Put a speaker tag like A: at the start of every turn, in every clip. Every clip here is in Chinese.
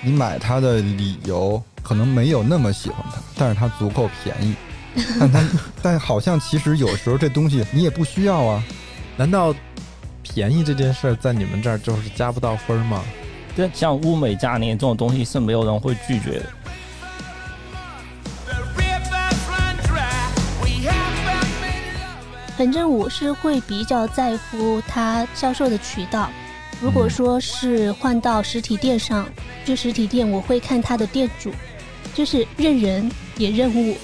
A: 你买它的理由可能没有那么喜欢它，但是它足够便宜。但它但好像其实有时候这东西你也不需要啊。
B: 难道便宜这件事儿在你们这儿就是加不到分儿吗？
C: 对，像物美价廉这种东西是没有人会拒绝的。
D: 反正我是会比较在乎它销售的渠道。如
B: 嗯
D: 果说是换到实体店上，去实体店我会看它的店主，就是认人也认物。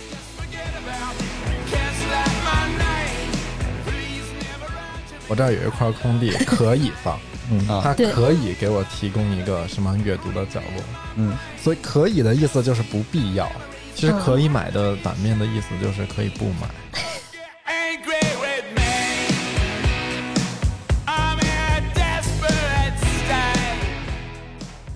B: 我这儿有一块空地可以放，
A: 嗯
B: 它
D: 对
B: 可以给我提供一个什么阅读的角落。
A: 嗯，
B: 所以可以的意思就是不必要。其实
D: 嗯
B: 可以买的反面的意思就是可以不买。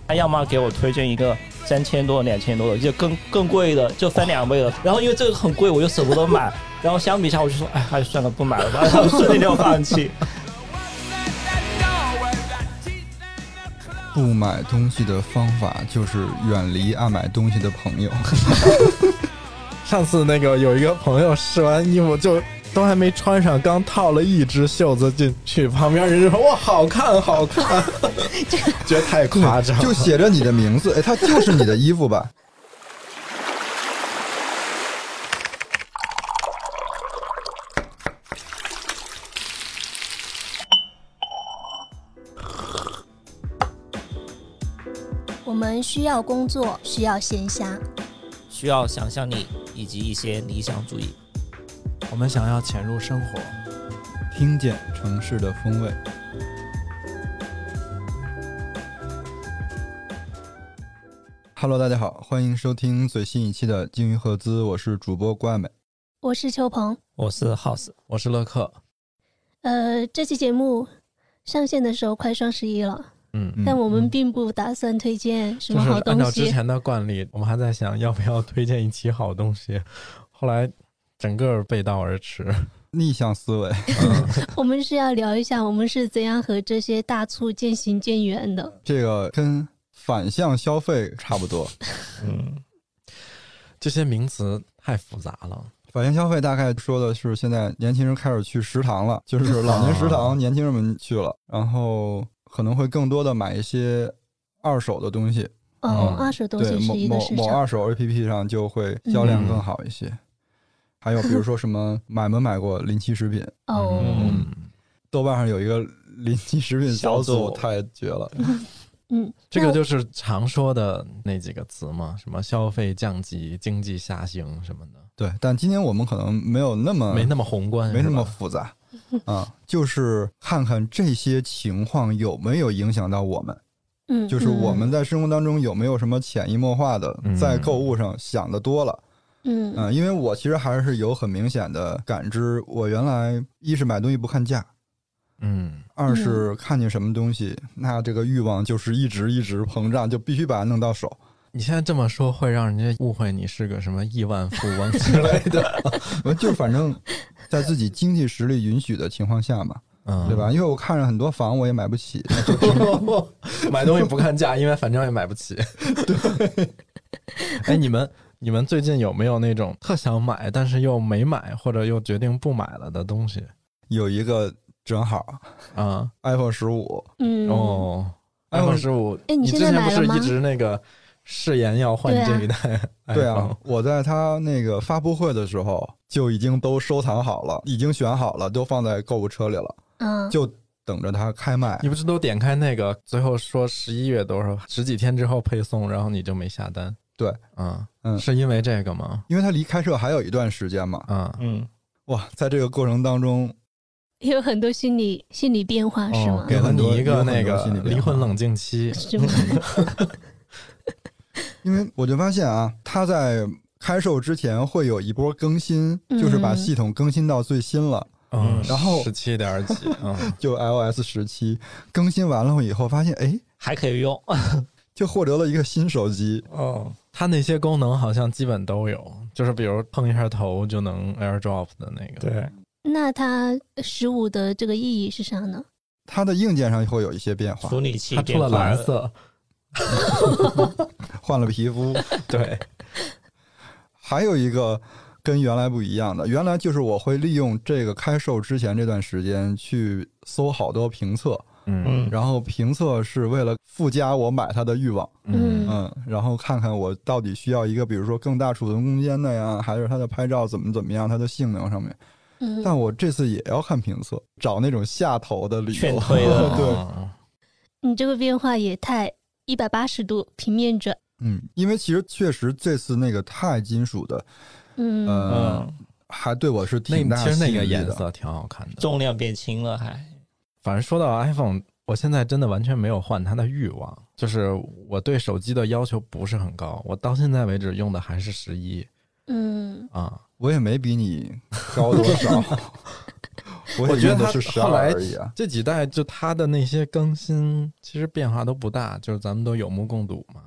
C: 他要么给我推荐一个三千多、两千多的，就更更贵的，就翻两倍的。然后因为这个很贵，我就舍不得买。然后相比下，我就说，哎，还是算了，不买了吧，然 后瞬间就放弃。
A: 不买东西的方法就是远离爱买东西的朋友。
B: 上次那个有一个朋友试完衣服就都还没穿上，刚套了一只袖子进去，旁边人就说：“哇，好看，好看！”觉得太夸张了。
A: 就写着你的名字，哎，它就是你的衣服吧？
D: 我们需要工作，需要闲暇，
E: 需要想象力以及一些理想主义。
F: 我们想要潜入生活，
A: 听见城市的风味。Hello，大家好，欢迎收听最新一期的《鲸鱼赫兹》，我是主播关爱美。
D: 我是秋鹏。
E: 我是 House，
B: 我是乐克，
D: 呃，这期节目上线的时候快双十一了，
B: 嗯，
A: 嗯
D: 但我们并不打算推荐什
B: 就
D: 么
B: 是
D: 好
B: 按
D: 东
B: 照之
D: 西。
B: 前的惯例，我们还在想要不要推荐一期好东西，后来整个背道而驰。
A: 逆向思维，
D: 我们是要聊一下我们是怎样和这些大促渐行渐远的。
A: 这个跟反向消费差不多。
E: 嗯，
B: 这些名词太复杂了。
A: 反向消费大概说的是，现在年轻人开始去食堂了，就是老年食堂，年轻人们去了，然后可能会更多的买一些二手的东西，
D: 哦，二手东
A: 对
D: 西是
A: 某
D: 一个
A: 某
D: 市
A: 某
D: 场。嗯
A: 二手 APP 上就会销量更好一些。还有比如说 什么买没买过临期食品，
D: 哦，
B: 嗯，
A: 豆瓣上有一个临期食品小
E: 小组
A: 组，太绝了。
D: 嗯，
B: 这个
D: 那
B: 就是常说的那几个词嘛，什么消费降级、经济下行什么的，
A: 对，但今天我们可能没有那么
B: 没那么宏观，
A: 嗯没那
B: 嗯
A: 么
B: 是吧
A: 复杂啊，就是看看这些情况有没有影响到我们，
D: 嗯，
A: 就是我们在生活当中有没有什么潜移默化的
B: 嗯
A: 在购物上想的多了。
D: 嗯
A: 嗯，因为我其实还是有很明显的感知，我原来一是买东西不看价，
B: 嗯，
A: 二是看见什么东西，那这个欲望就是一直一直膨胀，就必须把它弄到手。
B: 你现在这么说会让人家误会你是个什么亿万富翁之类 的，
A: 我就 反正在自己经济实力允许的情况下嘛，
B: 嗯，
A: 对吧？？因为我看着很多房我也买不起，
B: 买东西不看价，因为反正也买不起。对， 哎，你们你们最近有没有那种特想买但是又没买，或者又决定不买了的东西
A: 有一个正好
B: 啊？
A: iPhone 十五，
D: 嗯，
B: 哦
A: 哎我
B: ，iPhone 十五，
D: 哎你
B: 之
D: 现在
B: 前不
D: 买了
B: 是
D: 吗
B: 一直那个誓言要换
D: 对啊
B: 这一代 iPhone？
A: 对啊，我在它那个发布会的时候就已经都收藏好了，已经选好了，都放在购物车里了，
D: 嗯，
A: 就等着它开卖。
B: 你不是都点开那个，最后说十一月多少十几天之后配送，然后你就没下单？
A: 对，
B: 啊，
A: 嗯
B: 是因为这个吗？
A: 因为它离开售还有一段时间嘛，
B: 啊，
E: 嗯，
A: 哇，在这个过程当中，
D: 也有很多心理心理变化是
B: 哦
D: 吗，？
B: 给了你一个那
A: 有
B: 个
A: 很多心理变化
B: 离婚冷静期，
D: 是吗？
A: 因为我就发现啊，它在开售之前会有一波更新，
D: 嗯
A: 就是把系统更新到最新了，
B: 嗯，
A: 然后
B: 十七点几， 嗯，
A: 就 iOS 十七更新完了以后，发现哎，
E: 还可以用。
A: 就获得了一个新手机，
E: 哦，
B: 它那些功能好像基本都有，就是比如碰一下头就能 AirDrop 的那个，
E: 对，
D: 那它十五的这个意义是啥呢？
A: 它的硬件上会有一些变化
E: 处。理器
B: 它出了
E: 变快
B: 蓝色，
A: 换了皮肤。
B: 对，
A: 还有一个跟原来不一样的，原来就是我会利用这个开售之前这段时间去搜好多评测，
B: 嗯
G: 嗯，
A: 然后评测是为了附加我买它的欲望，
D: 嗯
A: 嗯，然后看看我到底需要一个，比如说更大储存空间的呀，还是它的拍照怎么怎么样，它的性能上面。
D: 嗯，
A: 但我这次也要看评测，找那种下头的理
G: 劝
A: 由。
G: 退
B: 嗯
G: 的，
A: 对
D: 你这个变化也太一百八十度平面转，
A: 嗯，因为其实确实这次那个钛金属的，
D: 嗯，
A: 呃，
G: 嗯，
A: 还对我是挺
B: 那
A: 大
B: 其实
A: 吸
B: 那
A: 引
B: 个
A: 力
B: 颜
A: 的。
B: 色挺好看的。
C: 重量变轻了还。
B: 反正说到 iPhone，我现在真的完全没有换它的欲望，就是我对手机的要求不是很高，我到现在为止用的还是十一
D: 嗯，
B: 啊。
A: 我也没比你高 多少，我
B: 我
A: 也
B: 觉得
A: 用的
B: 它
A: 是十
B: 后来
A: 二而已啊。
B: 这几代就它的那些更新，其实变化都不大，就是咱们都有目共睹嘛。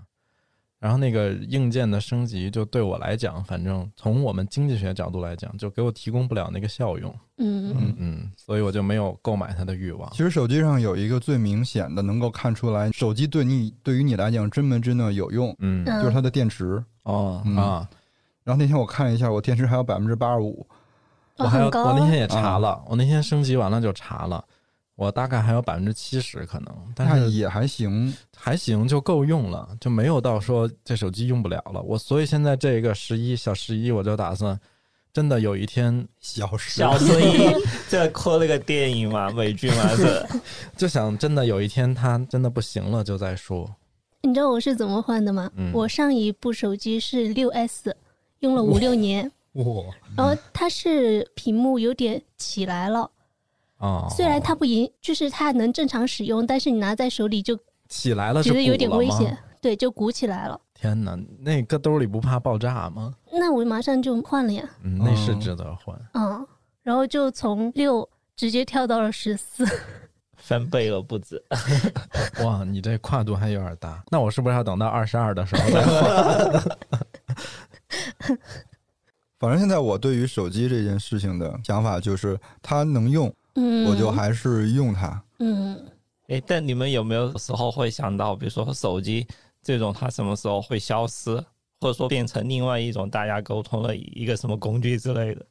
B: 然后那个硬件的升级，就对我来讲，反正从我们经济学角度来讲，就给我提供不了那个效用，
D: 嗯，
A: 嗯
B: 嗯，所以我就没有购买它的欲望
A: 其。实手机上有一个最明显的，能够看出来手机对你对于你来讲真没真的有用，
B: 嗯
D: 嗯
A: 就是它的电池。
B: 哦
A: 嗯
B: 啊，
A: 然后那天我看了一下，我电池还有百分之八十五，
B: 我
D: 哦
B: 还有
D: 很高
B: 我那
D: 啊
B: 天也
A: 嗯
B: 查了，我那天升级完了就查了，我大概还有百分之七十可能，但
A: 那
B: 是
A: 也还行。
B: 还行，就够用了，就没有到说这手机用不了了。我所以现在这个十一小十一，我就打算真的有一天
A: 小时
G: 小十 一，这磕了个电影嘛，美剧嘛，这
B: 就想真的有一天它真的不行了就再说。
D: 你知道我是怎么换的吗？
B: 嗯
D: 我上一部手机是六 S，用了五六 年，
A: 哇，
D: 然后它是屏幕有点起来了，
B: 哦，
D: 虽然它不影，就是它能正常使用，但是你拿在手里就
B: 起来了是
D: 觉得有
B: 鼓
D: 点
B: 了
D: 危
B: 吗
D: 险。，对，就鼓起来了。
B: 天哪，那搁兜里不怕爆炸吗？
D: 那我马上就换了呀，
B: 嗯，那是
A: 嗯
B: 值得换。
D: 嗯，然后就从六直接跳到了十四，
G: 翻倍了不止。
B: 哇，你这跨度还有点大，那我是不是要等到二十二的时候再 换？
A: 反正现在我对于手机这件事情的想法就是，它能用
D: 嗯，
A: 我就还是用它。
D: 嗯，
C: 哎，但你们有没有时候会想到，比如说手机这种，它什么时候会消失，或者说变成另外一种大家沟通的一个什么工具之类的？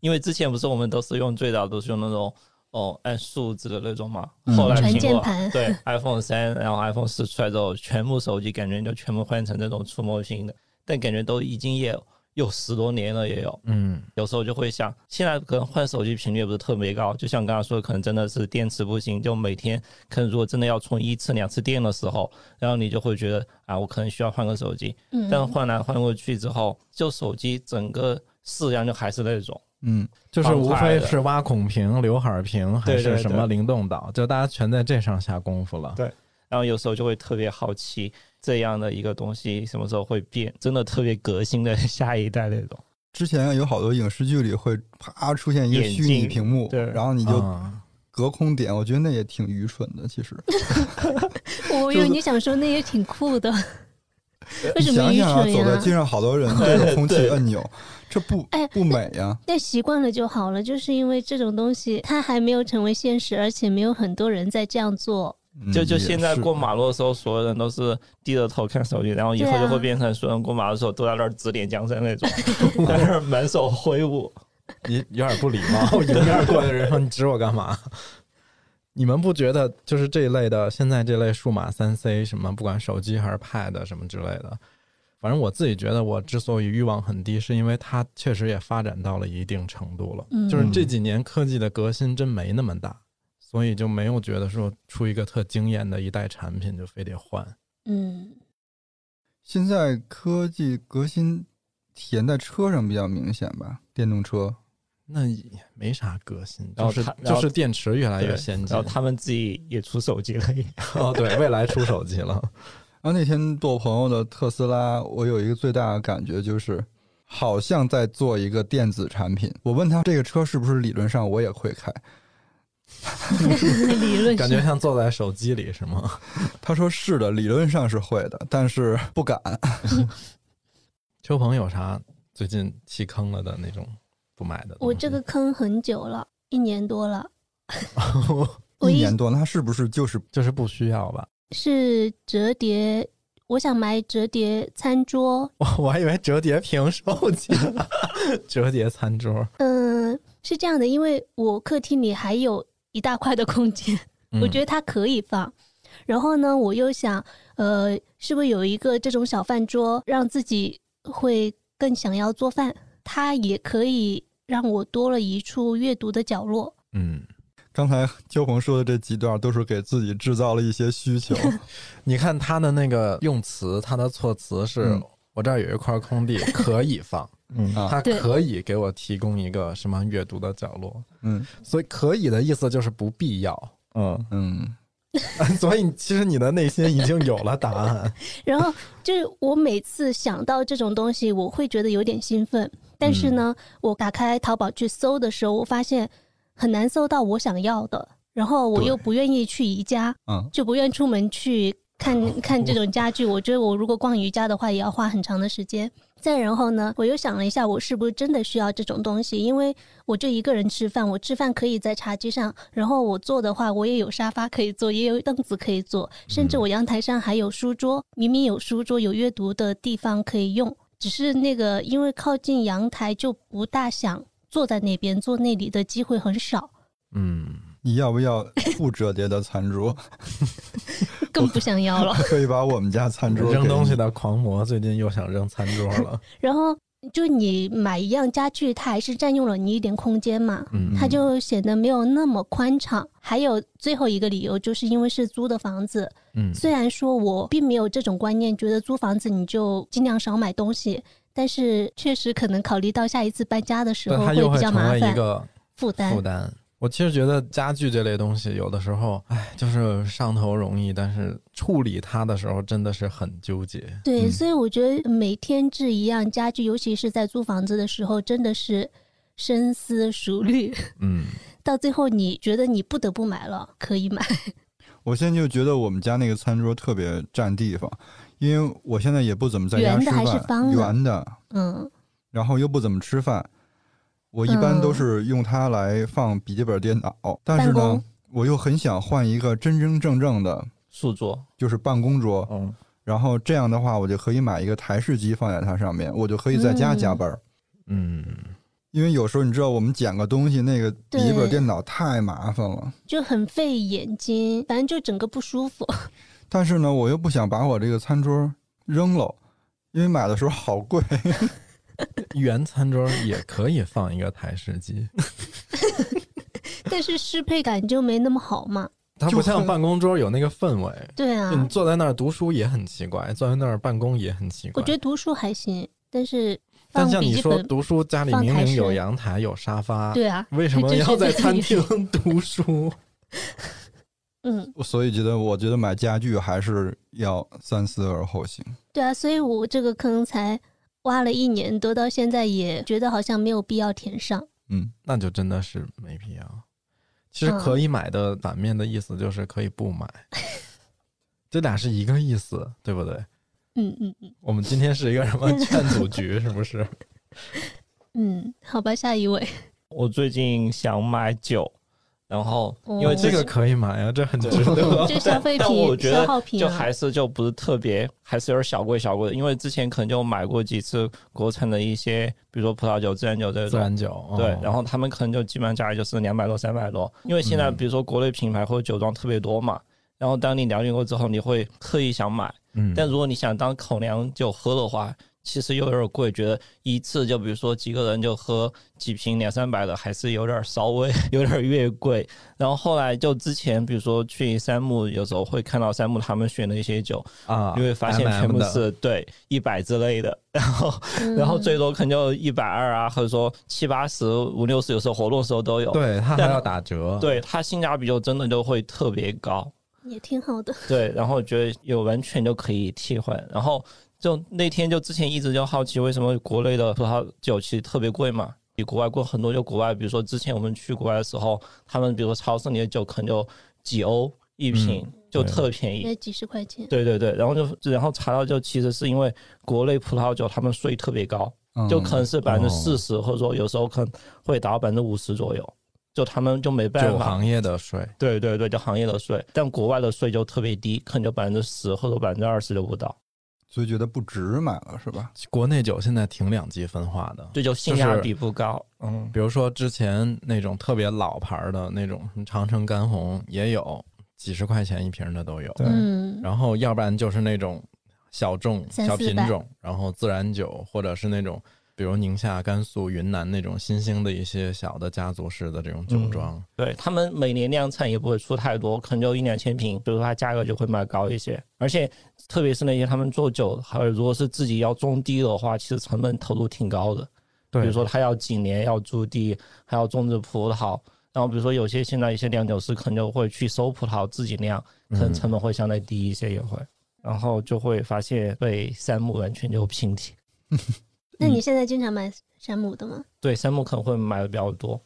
C: 因为之前不是我们都是用最早都是用那种哦按数字的那种嘛，
A: 嗯
C: 后来
D: 传
C: 苹
D: 键
C: 果、
D: 盘
C: 对 iPhone 三，然后 iPhone 四出来之后，全部手机感觉就全部换成这种触摸型的，但感觉都已经也有有十多年了，也有。
B: 嗯，
C: 有时候就会想，现在可能换手机频率也不是特别高，就像刚刚说的，可能真的是电池不行，就每天可能如果真的要充一次两次电的时候，然后你就会觉得啊，我可能需要换个手机，
D: 嗯，
C: 但换来换过去之后，就手机整个式样就还是那种，
A: 嗯，
B: 就是无
C: 方块
B: 非
C: 的
B: 是挖孔屏、刘海屏还
C: 对对
B: 是什么灵动岛，就大家全在这上下功夫了。
C: 对然后有时候就会特别好奇这样的一个东西什么时候会变，真的特别革新的 下一代那种。
A: 之前有好多影视剧里会啪出现一个
C: 眼
A: 虚
C: 镜
A: 拟屏幕，
C: 对
A: 然后你就
B: 啊
A: 隔空点，我觉得那也挺愚蠢的。其实
D: 我以为你想说那也挺酷的，为
A: 你
D: 什么
A: 想
D: 愚
A: 想啊，
D: 蠢
A: 走在街
D: 呀？
A: 上好多人对着空气按 钮，这不
D: 哎
A: 不美啊呀？
D: 但习惯了就好了，就是因为这种东西它还没有成为现实，而且没有很多人在这样做。
A: 嗯
C: 就就现在
A: 也是
C: 过马路的时候，所有人都是低着头看手机，然后以后
D: 对啊
C: 就会变成所有人过马路的时候都在那儿指点江山那 种，在那儿满手挥舞。
B: 你有点不礼 貌，迎面过来的人说你指我干嘛？你们不觉得就是这一类的，现在这类数码三 C 什么，不管手机还是 Pad 什么之类的，反正我自己觉得我之所以欲望很低，是因为它确实也发展到了一定程度了。
D: 嗯，
B: 就是这几年科技的革新真没那么大，所以就没有觉得说出一个特惊艳的一代产品就非得换。
D: 嗯
A: 现在科技革新体现在车上比较明显吧，电动车。
B: 那也没啥革新，
C: 然
B: 就
C: 后
B: 是
C: 它然
B: 就
C: 后
B: 是电池越来越
C: 对
B: 先进
C: 然后。他们自己也出手机了，
B: 哦，对，未来出手机 了。
A: 然后那天做我朋友的特斯拉，我有一个最大的感觉就是，好像在做一个电子产品。我问他这个车是不是理论上我也会开，
D: 理论
B: 感
D: 上
B: 觉像坐在手机里是吗？
A: 他说是的，理论上是会的，但是不敢。
B: 秋鹏有啥最近弃坑了的那种不买的东西？
D: 我这个坑很久了，一年多了。我
A: 一
D: 一
A: 年多，那是不是就是
B: 就是不需要吧？
D: 是折叠，我想买折叠餐桌，
B: 我我还以为折叠屏手机呢， 折叠餐桌。
D: 嗯，是这样的，因为我客厅里还有一大块的空间，
B: 嗯
D: 我觉得它可以放。然后呢，我又想，呃，是不是有一个这种小饭桌，让自己会更想要做饭？它也可以让我多了一处阅读的角落。
B: 嗯，
A: 刚才焦鹏说的这几段都是给自己制造了一些需 求，
B: 你看他的那个用词，他的措辞是、
A: 嗯
B: 我这儿有一块空 地可以放，
C: 嗯
A: 啊
B: 他
D: 对
B: 可以给我提供一个什么阅读的角落。
A: 嗯
B: 所以可以的意思就是不必要。
C: 嗯，
A: 嗯，
B: 所以其实你的内心已经有了答案。
D: 然后就是我每次想到这种东西，我会觉得有点兴奋。但是呢，
A: 嗯
D: 我打开淘宝去搜的时候，我发现很难搜到我想要的，然后我
A: 对
D: 又不愿意去宜家，
A: 嗯，哦
D: 就不愿出门去看看这种家具。我觉得我如果逛宜家的话，也要花很长的时间。再然后呢，我又想了一下，我是不是真的需要这种东西？因为我就一个人吃饭，我吃饭可以在茶几上，然后我坐的话，我也有沙发可以坐，也有凳子可以坐，甚至我阳台上还有书桌，明明有书桌有阅读的地方可以用，只是那个因为靠近阳台就不大想坐在那边，坐那里的机会很少，
B: 嗯，
A: 你要不要不折叠的 餐桌？
D: 更不想要了。
A: 可以把我们家餐桌
B: 嗯扔
A: 给
B: 东西
A: 你，
B: 的狂魔最近又想扔餐桌 了。
D: 然后就你买一样家具，它还是占用了你一点空间嘛，
B: 嗯，
D: 它就显得没有那么宽敞。还有最后一个理由，就是因为是租的房子，
B: 嗯
D: 虽然说我并没有这种观念，觉得租房子你就尽量少买东西，但是确实可能考虑到下一次搬家的时
B: 但
D: 候
B: 它又
D: 比
B: 会
D: 较
B: 成
D: 麻
B: 为一
D: 烦
B: 个
D: 负担
B: 负。担。我其实觉得家具这类东西，有的时候，哎，就是上头容易，但是处理它的时候真的是很纠结。
D: 对，
A: 嗯
D: 所以我觉得每天置一样家具，尤其是在租房子的时候，真的是深思熟虑，
B: 嗯，
D: 到最后你觉得你不得不买了，可以买。
A: 我现在就觉得我们家那个餐桌特别占地方，因为我现在也不怎么在家
D: 圆
A: 吃
D: 的还
A: 饭，
D: 是方的
A: 圆的
D: 嗯，
A: 然后又不怎么吃饭，我一般
D: 嗯
A: 都是用它来放笔记本电脑，但是
D: 办
A: 呢
D: 公，
A: 我又很想换一个真真正正的，
C: 书桌，
A: 就是办公桌，
C: 嗯，
B: 哦
A: 然后这样的话，我就可以买一个台式机放在它上面，我就可以在家加班儿。
B: 嗯，
A: 因为有时候你知道，我们捡个东西，那个笔记本
D: 对
A: 电脑太麻烦了。
D: 就很费眼睛，反正就整个不舒服。
A: 但是呢，我又不想把我这个餐桌扔了，因为买的时候好贵。
B: 原餐桌也可以放一个台式 机，
D: 但是适配感就没那么好嘛。
B: 它
A: 就
B: 不像
A: 很
B: 办公桌有那个氛围。
D: 对啊，
B: 你坐在那儿读书也很奇怪，坐在那儿办公也很奇怪。
D: 我觉得读书还行，但是
B: 但
D: 放
B: 像
D: 笔
B: 你
D: 记
B: 说
D: 本，
B: 读书，家里
D: 放
B: 明
D: 台
B: 明有
D: 式
B: 阳台有沙发，
D: 对啊，
B: 为什么
D: 这
B: 要
D: 是
B: 在
D: 这
B: 餐
D: 里
B: 厅读书？
D: 嗯，
A: 所以觉得，我觉得买家具还是要三思而后行。
D: 对啊，所以我这个坑才挖了一年多，到现在也觉得好像没有必要填上。
A: 嗯，
B: 那就真的是没必要。其实
D: 嗯
B: 可以买的反面的意思就是可以不 买，这俩是一个意思，对不对？
D: 嗯嗯嗯
B: 我们今天是一个什 么劝阻局，是不是？
D: 嗯，好吧，下 一位。
C: 我最近想买酒，然后
D: 哦
C: 因为
B: 这
C: 最近
B: 个可以买啊，这很值得。
D: 这消 费
C: 但我
D: 品、
C: 觉
D: 消
C: 得
D: 耗品
C: 就
D: 啊
C: 还，是就不是特别，还是有点小贵小贵的。因为之前可能就买过几次国产的一些，比如说葡萄酒、自然酒这
B: 自
C: 种。
B: 然酒，哦
C: 对，然后他们可能就基本上价格就是两百多、三百多。因为现在
B: 嗯
C: 比如说国内品牌或者酒庄特别多嘛，然后当你了解过之后，你会刻意想买。
B: 嗯，
C: 但如果你想当口粮酒喝的话，其实又有点贵，觉得一次就比如说几个人就喝几瓶两三百的，还是有点稍微 有点越贵。然后后来就之前比如说去三木，有时候会看到三木他们选的一些酒，
B: 啊，
C: 你会发现
B: MM
C: 全部
B: 的
C: 是对一百之类的，然后
D: 嗯
C: 然后最多可能就一百二啊，或者说七八十、五六十，有时候活动的时候都有。
B: 对，它还
C: 但
B: 要打折，，
C: 对它性价比就真的就会特别高。
D: 也挺好的。
B: 嗯
C: 对，然后我觉得有完全就可以替换。然后就那天就之前一直就好奇，为什么国内的葡萄酒其实特别贵嘛，比国外贵很多。就国外，比如说之前我们去国外的时候，他们比如说超市里的酒可能就几欧一瓶，就特便宜。
D: 也几十块钱，嗯
C: 对对对，然后就然后查到就其实是因为国内葡萄酒他们税特别高，
A: 嗯
C: 就可能是百分之四十，或者说有时候可能会达到百分之五十左右，就他们就没办
B: 酒
C: 法。
B: 行业的税，
C: 对对对，就行业的税，但国外的税就特别低，可能就百分之十或者百分之二十都不到。
A: 所以觉得不值买了是吧？
B: 国内酒现在挺两极分化的，
C: 这就性价比不高。嗯，
B: 比如说之前那种特别老牌儿的那种长城干红也有几十块钱一瓶的都有，
A: 对
D: 嗯，
B: 然后要不然就是那种小众
D: 三
B: 小
D: 四
B: 品
D: 百
B: 种，然后自然酒或者是那种比如宁夏、甘肃、云南那种新兴的一些小的家族式的这种酒
C: 嗯
B: 庄，
C: 对他们每年量产也不会出太多，可能就一两千瓶，所以说它价格就会卖高一些。而且特别是那些他们做酒，还有如果是自己要种地的话，其实成本投入挺高的。
H: 对
C: 比如说他要几年要驻地，还要种植葡萄。然后比如说有些现在一些酿酒师可能就会去收葡萄自己酿，可
B: 嗯
C: 能成本会相对低一些也会。然后就会发现被山姆完全就平替。
D: 那你现在经常买山姆的吗？
C: 对，山姆可能会买的比较多。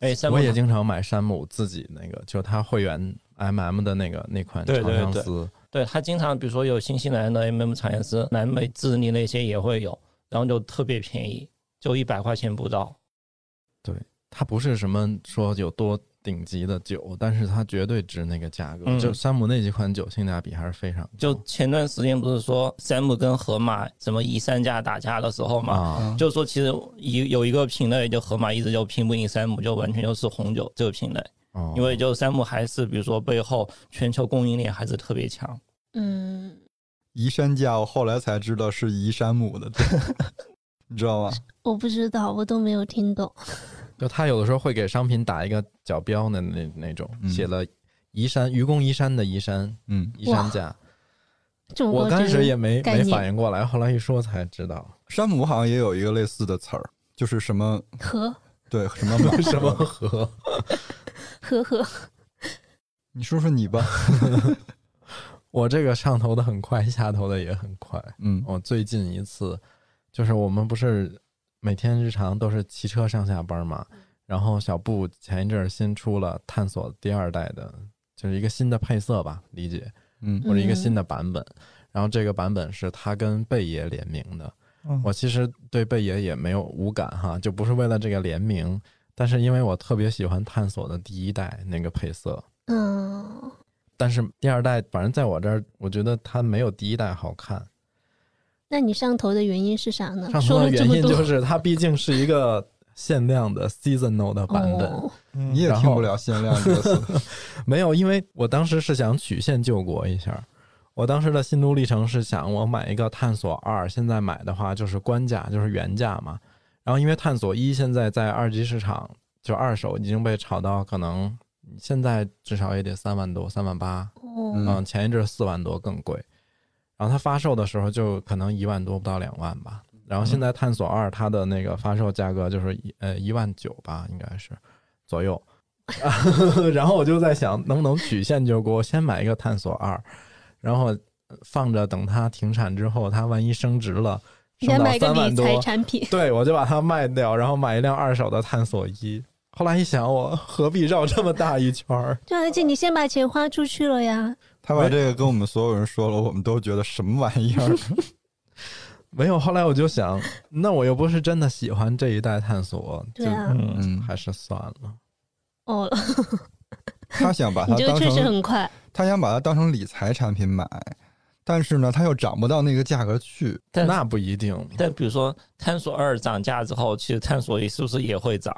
C: 哎，山姆
B: 我也经常买山姆自己那个，就他会员 MM 的那个那款
C: 对
B: 长
C: 对
B: 相
C: 对
B: 思，
C: 对他经常，比如说有新西兰的 MM 产业司、南美、智利那些也会有，然后就特别便宜，就一百块钱不到。
B: 它不是什么说有多顶级的酒，但是它绝对值那个价格。
C: 嗯
B: 就山姆那几款酒性价比还是非常
C: 就
B: 高
C: 前段时间不是说山姆跟盒马什么一三价打架的时候嘛，
B: 啊，
A: 嗯
C: 就是说其实有有一个品类，就盒马一直就拼不赢山姆，就完全就是红酒这个品类，
B: 哦
C: 因为就山姆还是比如说背后全球供应链还是特 别强。
D: 嗯，
A: 宜山架，我后来才知道是宜山姆的， 你知道吗？
D: 我不知道，我都没有听懂。
B: 就他有的时候会给商品打一个角标的那那种，
A: 嗯
B: 写了宜山愚公移山的移山
A: 嗯，
B: 移山价，
D: 这种
B: 我
D: 高
B: 当
D: 级
B: 时也没
D: 概
B: 没
D: 念
B: 反应过来，后来一说才知道
A: 山姆好像也有一个类似的词儿，就是什么
D: 和
A: 对什么马
B: 什么河。
D: 和和，
A: 你说说你吧，
B: 我这个上头的很快，下头的也很快。
A: 嗯
B: 我哦最近一次就是我们不是每天日常都是骑车上下班嘛，然后小布前一阵儿新出了探索第二代的，就是一个新的配色吧，理解
A: 嗯
B: 或者一个新
D: 的
B: 的版本。然后这个版本是他跟贝爷联名的，
H: 嗯
B: 我其实对贝爷也没有无感哈，就不是为了这个联名，但是因为我特别喜欢探索的第一代那个配色，
D: 嗯
B: 但是第二代反正在我这儿，我觉得它没有第一代好看。
D: 那你上头的原因是啥呢？
B: 上
D: 嗯说
B: 头
D: 了
B: 的
D: 这
B: 原
D: 么
B: 因
D: 多，
B: 就是它毕竟是一个限量的 seasonal 的版本，
D: 哦、
A: 你也
B: 嗯然
A: 听
B: 后
A: 不了限量这个词，
B: 没有，因为我当时是想曲线救国一下。我当时的心路历程是想，我买一个探索二，现在买的话就是官价，就是原价嘛。然后因为探索一现在在二级市场就二手已经被炒到可能现在至少也得三万多、三万八，
D: 哦，
A: 嗯
B: 嗯，前一阵四万多更贵，然后它发售的时候就可能一万多不到两万吧。然后
D: 嗯
B: 现在探索二它的那个发售价格就是一呃一万九吧，应该是左右。 然后我就在想，能不能曲线救国，先买一个探索二，然后放着等它停产之后，它万一升值了，
D: 你
B: 升
D: 该
B: 到
D: 买个
B: 三万
D: 理财
B: 多，
D: 产品，
B: 对我就把它卖掉，然后买一辆二手的探索一。后来一想，我何必绕这么大一圈儿？
D: 对啊，
A: 哦
D: 而且你先把钱花出去了呀。
A: 他把这个跟我们所有人说了，我们都觉得什么玩意 儿？
B: 没有，后来我就想，那我又不是真的喜欢这一代探索，就
D: 对啊，
C: 嗯，
A: 嗯，
B: 还是算了。
D: 哦，
A: 他想把它
D: 你这个
A: 当
D: 确实
A: 成
D: 很快。
A: 他想把它当成理财产品买，但是呢，他又涨不到那个价格去。
C: 但
B: 那不一定，
C: 但比如说探索二涨价之后，其实探索一是不是也会涨？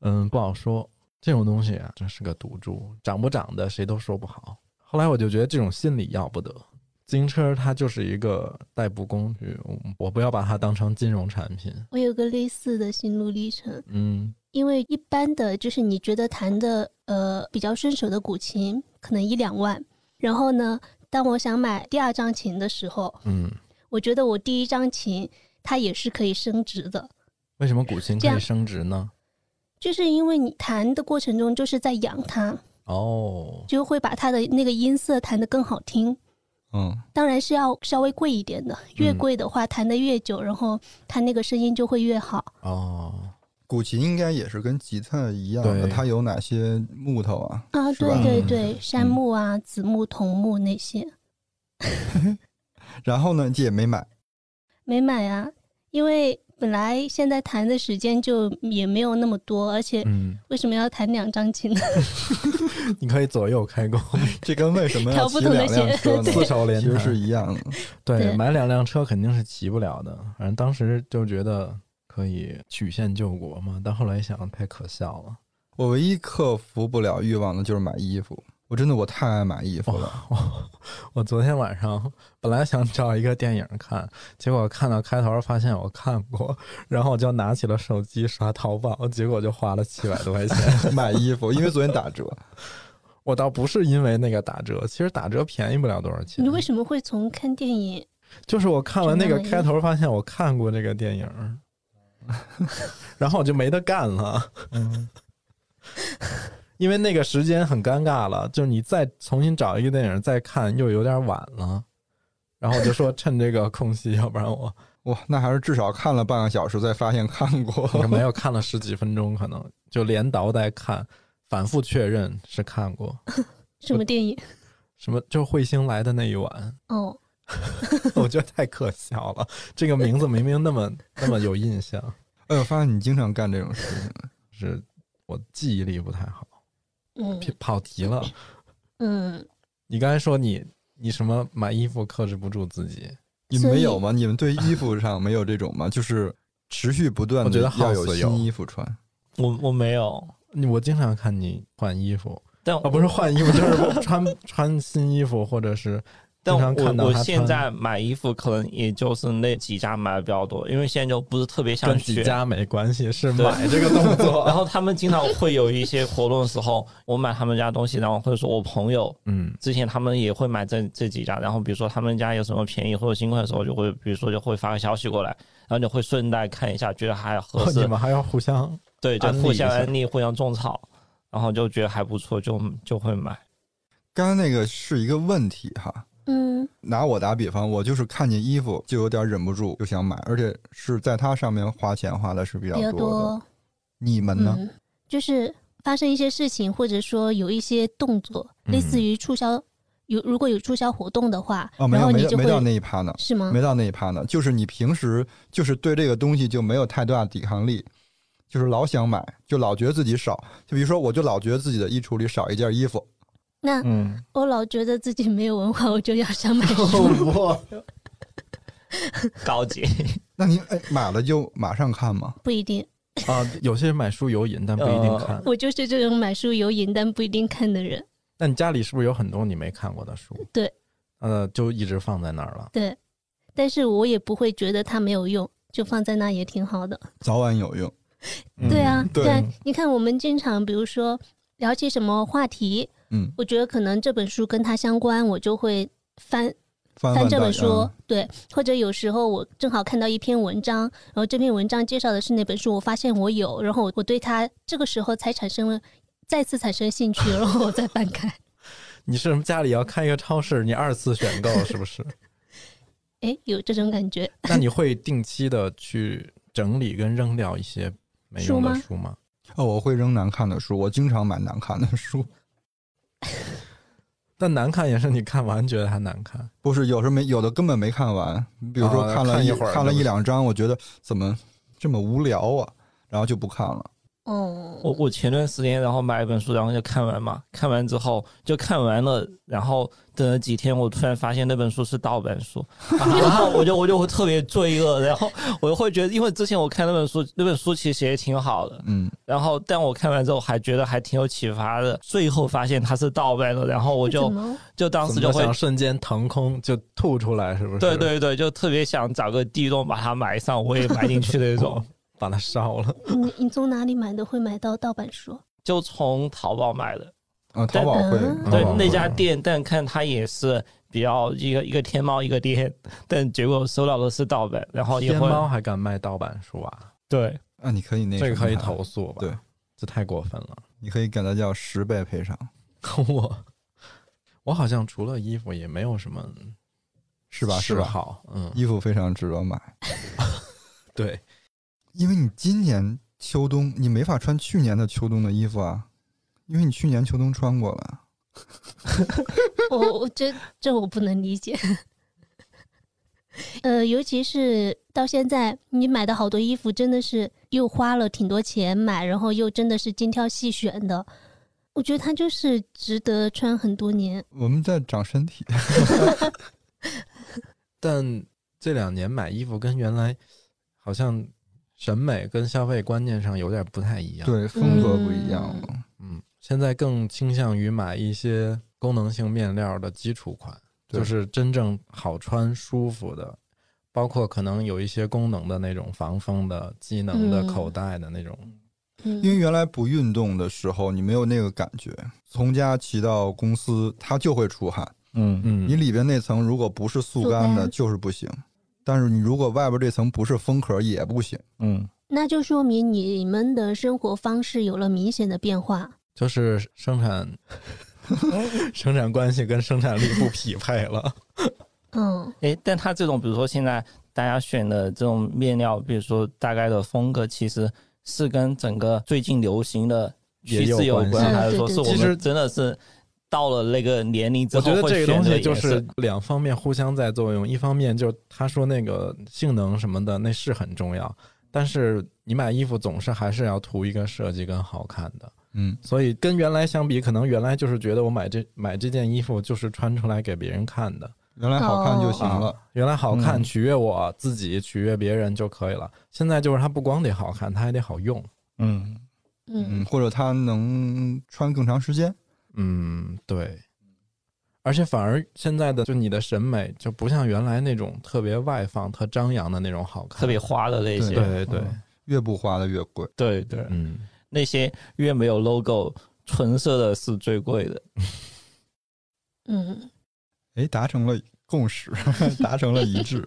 B: 嗯，不好说。这种东西啊，真是个赌注，涨不涨的谁都说不好。后来我就觉得这种心理要不得，自行车它就是一个代步工具，我我不要把它当成金融产品。
D: 我有个类似的心路历程，
B: 嗯，
D: 因为一般的就是你觉得弹的呃比较顺手的古琴，可能一两万。然后呢，当我想买第二张琴的时候，
B: 嗯，
D: 我觉得我第一张琴它也是可以升值的，
B: 为什么古琴
D: 这
B: 可以
D: 样
B: 升值呢？
D: 就是因为你弹的过程中就是在养它，
B: 哦，
D: 就会把它的那个音色弹得更好听。
A: 嗯，
D: 当然是要稍微贵一点的，越贵的话弹得越久，然后它那个声音就会越好。
B: 哦，
A: 古琴应该也是跟吉他一样的，
B: 对
A: 它有哪些木头啊？
D: 啊，
A: 是
D: 对
A: 吧
D: 对
B: 嗯
D: 对，杉木啊、紫木、桐木那些
A: 然后呢，也没买。
D: 没买啊，因为本来现在谈的时间就也没有那么多，而且
B: 嗯，
D: 为什么要谈两张琴呢？
B: 你可以左右开弓，
A: 这跟为什么
D: 挑
A: 要骑
D: 不同的
A: 两辆
D: 鞋
A: 车呢？
B: 四手
A: 其
B: 连
A: 实
B: 弹
A: 是一样的。
B: 对，
D: 对
B: 买两辆车肯定是骑不了的。反正当时就觉得可以曲线救国嘛，但后来一想太可笑了。
A: 我唯一克服不了欲望的就是买衣服，我真的我太爱买衣服了。
B: 我我昨天晚上本来想找一个电影看，结果看到开头发现我看过， 然后我就拿起了手机刷淘宝，结果就花了七百多块钱。
A: 买衣服，因为昨天打折，
B: 我倒不是因为那个打折，其实打折便宜不了多少钱
D: 你。为什么会从看电影？
B: 就是我看完那个开头，发现我看过这个电影，然后我就没得干了。因为那个时间很尴尬了，就是你再重新找一个电影再看，又有点晚了。然后我就说趁这个空隙，要不然我
A: 哇，那还是至少看了半个小时才发现看过。
B: 我没有看了十几分钟，可能就连倒带看，反复确认是看过
D: 什么电影？
B: 什么，就是彗星来的那一晚，
D: 哦，
B: 我觉得太可笑了。这个名字明明那么那么有印象，
A: 哎，我发现你经常干这种事情，
B: 是我记忆力不太好，
D: 嗯
B: 跑跑题了。
D: 嗯，
B: 你刚才说你你什么买衣服克制不住自己，
A: 你
D: 所
A: 们
D: 以
A: 没有吗？你们对衣服上没有这种吗？就是持续不断
B: 我觉
A: 的
B: 得
A: 要
B: House
A: 有
B: 有
A: 新衣服穿。
C: 我我没有，
B: 你我经常看你换衣服
C: 但
B: 啊，不是换衣服，就是我穿 穿新衣服，或者是
C: 但
B: 经常看
C: 我
B: 到
C: 我
B: 他
C: 现
B: 穿
C: 在买衣服可能也就是那几家买的比较多，因为现在就不是特别想
B: 跟
C: 去
B: 几。家没关系，是
C: 对
B: 买这个动作。
C: 然后他们经常会有一些活动的时候，我买他们家东西，然后或者说我朋友
B: 嗯，
C: 之前他们也会买这这几家，然后比如说他们家有什么便宜或者新款的时候，就会比如说就会发个消息过来，然后你会顺带看一下，觉得还合
B: 哦你
C: 适，
B: 们还要互相
C: 对，就
B: 安利
C: 互
B: 一
C: 相
B: 下
C: 安利、互相种草，然后就觉得还不错，就就会买。
A: 刚才那个是一个问题哈，
D: 嗯，
A: 拿我打比方，我就是看见衣服就有点忍不住就想买，而且是在它上面花钱花的是比较
D: 比较
A: 多的。
D: 多。
A: 你们呢？
D: 嗯，就是发生一些事情，或者说有一些动作，
A: 嗯
D: 类似于促销，有如果有促销活动的话，
A: 哦，没
D: 然
A: 有，
D: 后
A: 没
D: 你
A: 到
D: 就
A: 没到
D: 会
A: 那一趴呢，
D: 是吗
A: 没？到那一趴呢。就是你平时就是对这个东西就没有太大的抵抗力，就是老想买，就老觉得自己少。就比如说，我就老觉得自己的衣橱里少一件衣服，
D: 那
B: 嗯，
D: 我老觉得自己没有文化，我就要想买书。
B: 我
C: 高级，
A: 那你哎买了就马上看吗？
D: 不一定，
B: 啊，有些人买书有瘾，但不一
C: 嗯
B: 定看。
D: 我就是这种买书有瘾但不一定看的人。
B: 那你家里是不是有很多你没看过的书？
D: 对，
B: 呃，就一直放在那儿了。
D: 对，但是我也不会觉得它没有用，就放在那也挺好的。
A: 早晚有用。
D: 对
B: 嗯
D: 啊，
A: 嗯对
D: 啊你看我们经常，比如说聊起什么话题，
A: 嗯，
D: 我觉得可能这本书跟它相关，我就会翻
A: 翻
D: 翻这
A: 到
D: 本书，
A: 嗯
D: 对，或者有时候我正好看到一篇文章，然后这篇文章介绍的是那本书，我发现我有，然后我我对它这个时候才产生了再次产生兴趣，然后我再翻开。
B: 你是家里要开一个超市，你二次选购是不是？
D: 哎，有这种感觉，
B: 那你会定期的去整理跟扔掉一些没用的
D: 书吗
B: 书吗？
A: 哦，我会扔难看的书，我经常买难看的书。
B: 但难看也是你看完觉得它难看，
A: 不是，有时候没有的根本没看完，比如说
B: 啊
A: 看了
B: 看
A: 一、
B: 一会儿
A: 了
B: 就
A: 一
B: 不
A: 两章，我觉得怎么这么无聊啊，然后就不看了。
D: 哦，
C: 我我前段时间然后买一本书，然后就看完嘛，看完之后就看完了，然后等了几天，我突然发现那本书是盗 版书，然后我就我就会特别罪恶，然后我就会觉得，因为之前我看那本书，那本书其实也挺好的，
A: 嗯，
C: 然后但我看完之后还觉得还挺有启发的，最后发现它是盗版的，然后我
D: 那怎
C: 就
D: 么
C: 就当时
B: 怎么
C: 就会
B: 想瞬间腾空就吐出来，是不是？
C: 对，对对，就特别想找个地洞把它埋上，我也埋进去那种。
B: 把它烧了。
D: 你嗯你从哪里买的会买到盗版书？
C: 就从淘宝买的，
A: 啊，淘
C: 但
A: 宝会，
D: 嗯
B: 哦
A: 淘
C: 对
A: 宝会
C: 那家店，但看它也是比较一个一个天猫一个店，但结果收到的是盗版，然后也
B: 天
C: 会
B: 猫还敢卖盗版书啊？
C: 对
A: 啊，你可以那
B: 这个
A: 什么
B: 可以
A: 它
B: 投诉吧？
A: 对，
B: 这太过分了。
A: 你可以给它叫十倍赔偿，
B: 我我好像除了衣服也没有什么
A: 是吧？是
B: 嗜
A: 吧？
B: 好，嗯，
A: 衣服非常值得买，
B: 对，
A: 因为你今年秋冬你没法穿去年的秋冬的衣服啊，因为你去年秋冬穿过了。
D: 我我这这我不能理解。呃，尤其是到现在，你买的好多衣服真的是又花了挺多钱买，然后又真的是精挑细选的。我觉得它就是值得穿很多年。
A: 我们在长身体，
B: 但这两年买衣服跟原来好像审美跟消费观念上有点不太一样。，
A: 对，风格不一样了。
B: 嗯，现在更倾向于买一些功能性面料的基础款，
A: 对
B: 就是真正好穿、舒服的，包括可能有一些功能的那种防风的、机能的、
D: 嗯
B: 口袋的那种。
A: 因为
D: 嗯，
A: 原来不运动的时候，你没有那个感觉。从家骑到公司，它就会出汗。
I: 嗯，
B: 嗯
A: 你里边那层如果不是速干
D: 速
A: 的，
D: 干
A: 就是不行。但是你如果外边这层不是封壳，也不行。
I: 嗯，
D: 那就说明你们的生活方式有了明显的变化。
B: 就是生 产生产关系跟生产力不匹配了。
D: 嗯，
C: 诶，但它这种，比如说现在大家选的这种面料，比如说大概的风格，其实是跟整个最近流行的趋
B: 也
C: 势
B: 有
C: 有
B: 关系
C: 关，还是
D: 嗯
C: 说
D: 对
C: 是我
B: 对对
C: 们真的是到了那个年龄之
B: 我
C: 后
B: 觉得
C: 会
B: 这个东
C: 选择
B: 西就
C: 颜色
B: 是两方面互相在作用，一方面就他说那个性能什么的，那是很重要，但是你买衣服总是还是要图一个设计跟好看的。
A: 嗯，
B: 所以跟原来相比，可能原来就是觉得我买这买这件衣服就是穿出来给别人看的，
A: 原来好看就行了。
D: 哦
B: 啊原来好看
A: 嗯
B: 取悦我自己、取悦别人就可以了。现在就是它不光得好看，它还得好用。
I: 嗯，
D: 嗯
A: 嗯，，或者它能穿更长时间。
B: 嗯，对。而且反而现在的就你的审美就不像原来那种特别外放、特张扬的那种好看，
C: 特别花的那
B: 对
C: 些，
B: 对对，
A: 嗯越不花的越贵。
C: 对对，
B: 嗯，
C: 那些越没有 logo、纯色的是最贵的。
D: 嗯，
A: 哎，达成了共识， 达成了一 致。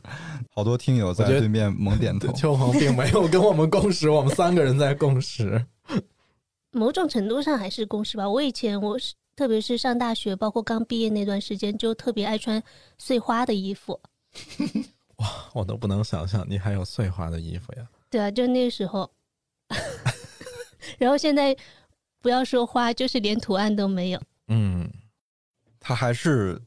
A: 好多听友在
B: 我觉得
A: 对面猛点 头。
B: 秋嗯鹏并没有跟我们共识，我们三个人在共识。
D: 某种程度上还是公式吧。我以前我是，特别是上大学，包括刚毕业那段时间，就特别爱穿碎花的衣服。
B: 我都不能想象你还有碎花的衣服呀！
D: 对啊，就那个时候。 然后现在不要说花，就是连图案都没有。
B: 嗯，
A: 它还是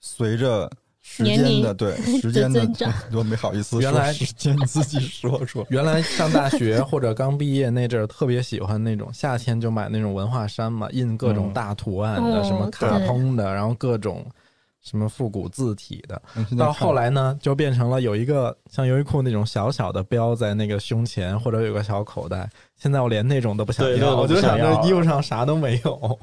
A: 随着时间
D: 年
A: 的
D: 龄
A: 对时间的
D: 增长，
A: 我没好意思说
B: 原来。
A: 时间你自己说说
B: 原来上大学 或者刚毕业那阵儿，特别喜欢那种夏天就买那种文化衫嘛，印各种大图案的，
D: 嗯
B: 什么卡
D: 对
B: 通的，然后各种什么复古字体的。
A: 我们现在
B: 到
A: 看
B: 嗯后来呢，就变成了有一个像优衣库那种小小的标在那个胸前，或者有个小口袋。现在我连那种都不想
C: 对
B: 要，
C: 那个
B: 我
C: 都不
B: 就想
C: 想要
B: 着衣服上啥都没有。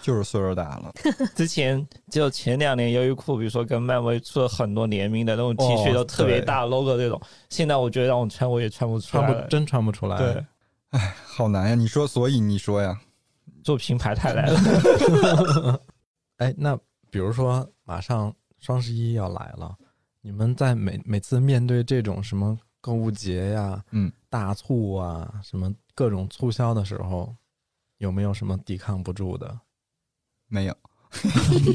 A: 就是岁数大了，
C: 之前就前两年优衣库，比如说跟漫威出了很多联名的那
B: 哦
C: 种 T 恤，都特别大 logo 这种。现在我觉得让我穿，我也穿不出
B: 穿
C: 来
B: 不
C: 了。
B: 真穿不出来。
C: 对，
A: 好难呀！你说，所以你说呀，
C: 做品牌太难了。
B: 哎，那比如说马上双十一要来了，你们在每每次面对这种什么购物节呀、
A: 嗯，
B: 大促啊，什么各种促销的时候，有没有什么抵抗不住的？
A: 没有，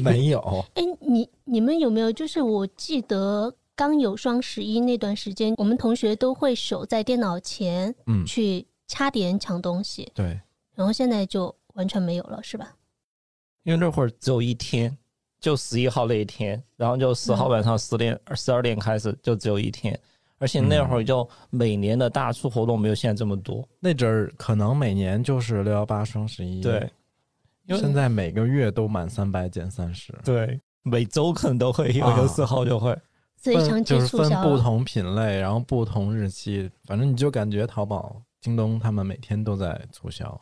B: 没 有，
D: 哎，你你们有没有？就是我记得刚有双十一那段时间，我们同学都会守在电脑前
B: 嗯，
D: 去差点抢东西，
B: 对，
D: 然后现在就完全没有了，是吧？
C: 因为那会儿只有一天，就十一号那一天，然后就十号晚上十点、十二点开始，就只有一天。而且那会儿就每年的大促活动没有现在这么多，
B: 那阵儿可能每年就是六幺八、双十一，
C: 对，因为
B: 现在每个月都满三百减三十，
C: 对，每周可能都会有，
B: 啊
C: 有时候就会。
D: 所以长
B: 分
D: 期
B: 就是
D: 促
B: 分
D: 销啊
B: 不
D: 了。
B: 同品类，然后不同日期，反正你就感觉淘宝、京东他们每天都在促销。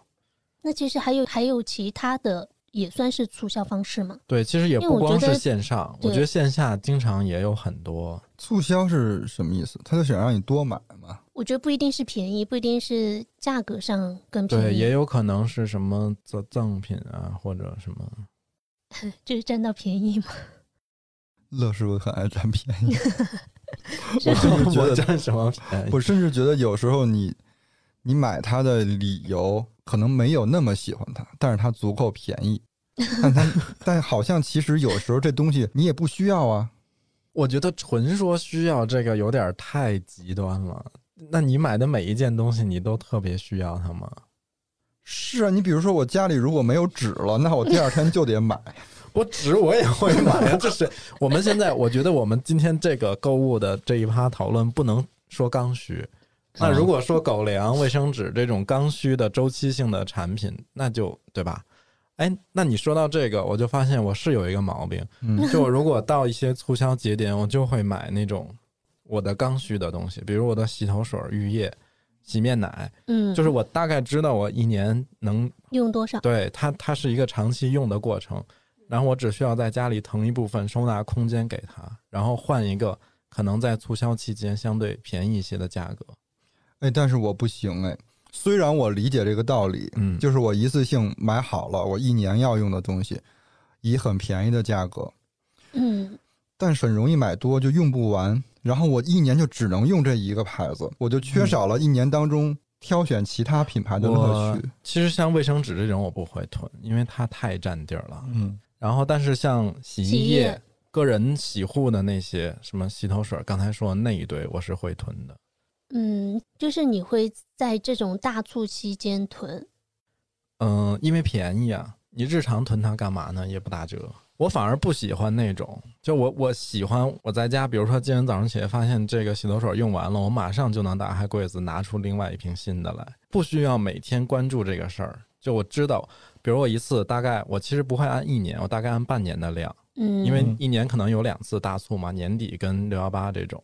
D: 那其实还有还有其他的，也算是促销方式嘛。
B: 对，其实也
D: 因为
B: 不
D: 我觉
B: 光是
D: 得
B: 线上，我
D: 对
B: 觉得线下经常也有很多。
A: 促销是什么意思？他就想让你多买嘛。
D: 我觉得不一定是便宜，不一定是价格上更便宜，
B: 对，也有可能是什么赠赠品啊，或者什 么。
D: 就是占到便宜嘛。
A: 乐师傅很爱占便 宜，
D: 是吧
A: 甚至觉
B: 我
A: 得
B: 占什么便宜？
A: 我甚至觉得有时候你你买它的理由可能没有那么喜欢它，但是它足够便宜。 但它但好像其实有时候这东西你也不需要啊。
B: 我觉得纯说需要这个有点太极端了。那你买的每一件东西，你都特别需要它吗？
A: 是啊，你比如说我家里如果没有纸了，那我第二天就得买。
B: 我纸我也会买呀，就是我们现在，我觉得我们今天这个购物的这一趴讨论不能说刚需。那如果说狗粮、卫生纸这种刚需的周期性的产品，那就对吧？哎，那你说到这个，我就发现我是有一个毛病，
A: 嗯
B: 就我如果到一些促销节点，我就会买那种我的刚需的东西，比如我的洗头水、浴液、洗面奶，
D: 嗯，
B: 就是我大概知道我一年能
D: 用多 少？
B: 对它，它是一个长期用的过程。然后我只需要在家里腾一部分收纳空间给它，然后换一个可能在促销期间相对便宜一些的价格。
A: 哎，但是我不行哎，虽然我理解这个道理，
B: 嗯，
A: 就是我一次性买好了我一年要用的东西，以很便宜的价格，
D: 嗯，
A: 但是很容易买多就用不完，然后我一年就只能用这一个牌子，我就
B: 嗯
A: 缺少了一年当中挑选其他品牌的乐
B: 我
A: 趣。
B: 其实像卫生纸这种我不会囤，因为它太占地儿了。
C: 嗯，
B: 然后但是像洗
D: 洗
B: 衣
D: 衣
B: 液
D: 液、
B: 个人洗护的那些什么洗头水，刚才说的那一堆我是会囤的。
D: 嗯，就是你会在这种大促期间囤，
B: 嗯，因为便宜啊，你日常囤它干嘛呢？也不打折。我反而不喜欢那种，就我我喜欢我在家，比如说今天早上起来发现这个洗头水用完了，我马上就能打开柜子拿出另外一瓶新的来，不需要每天关注这个事儿。就我知道，比如我一次大概我其实不会按一年，我大概按半年的量，
D: 嗯，
B: 因为一年可能有两次大促嘛，年底跟六幺八这种。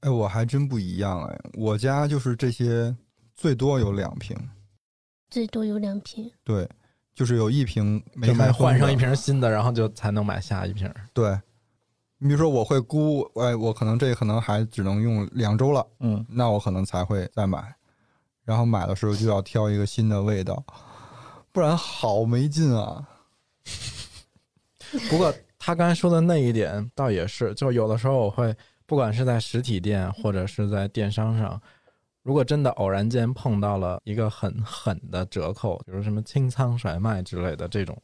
A: 哎，我还真不一样哎，我家就是这些，最多有两瓶，
D: 最多有两瓶。
A: 对，就是有一瓶没
B: 就
A: 开
B: 买
A: 封
B: 换上
A: 的
B: 一瓶新的，然后就才能买下一瓶。
A: 对，你比如说我会估，哎，我可能这可能还只能用两周了，
C: 嗯，
A: 那我可能才会再买，然后买的时候就要挑一个新的味道，不然好没劲啊。
B: 不过他刚才说的那一点倒也是，就有的时候我会，不管是在实体店或者是在电商上，如果真的偶然间碰到了一个很狠的折扣，比如什么清仓甩卖之类的这种，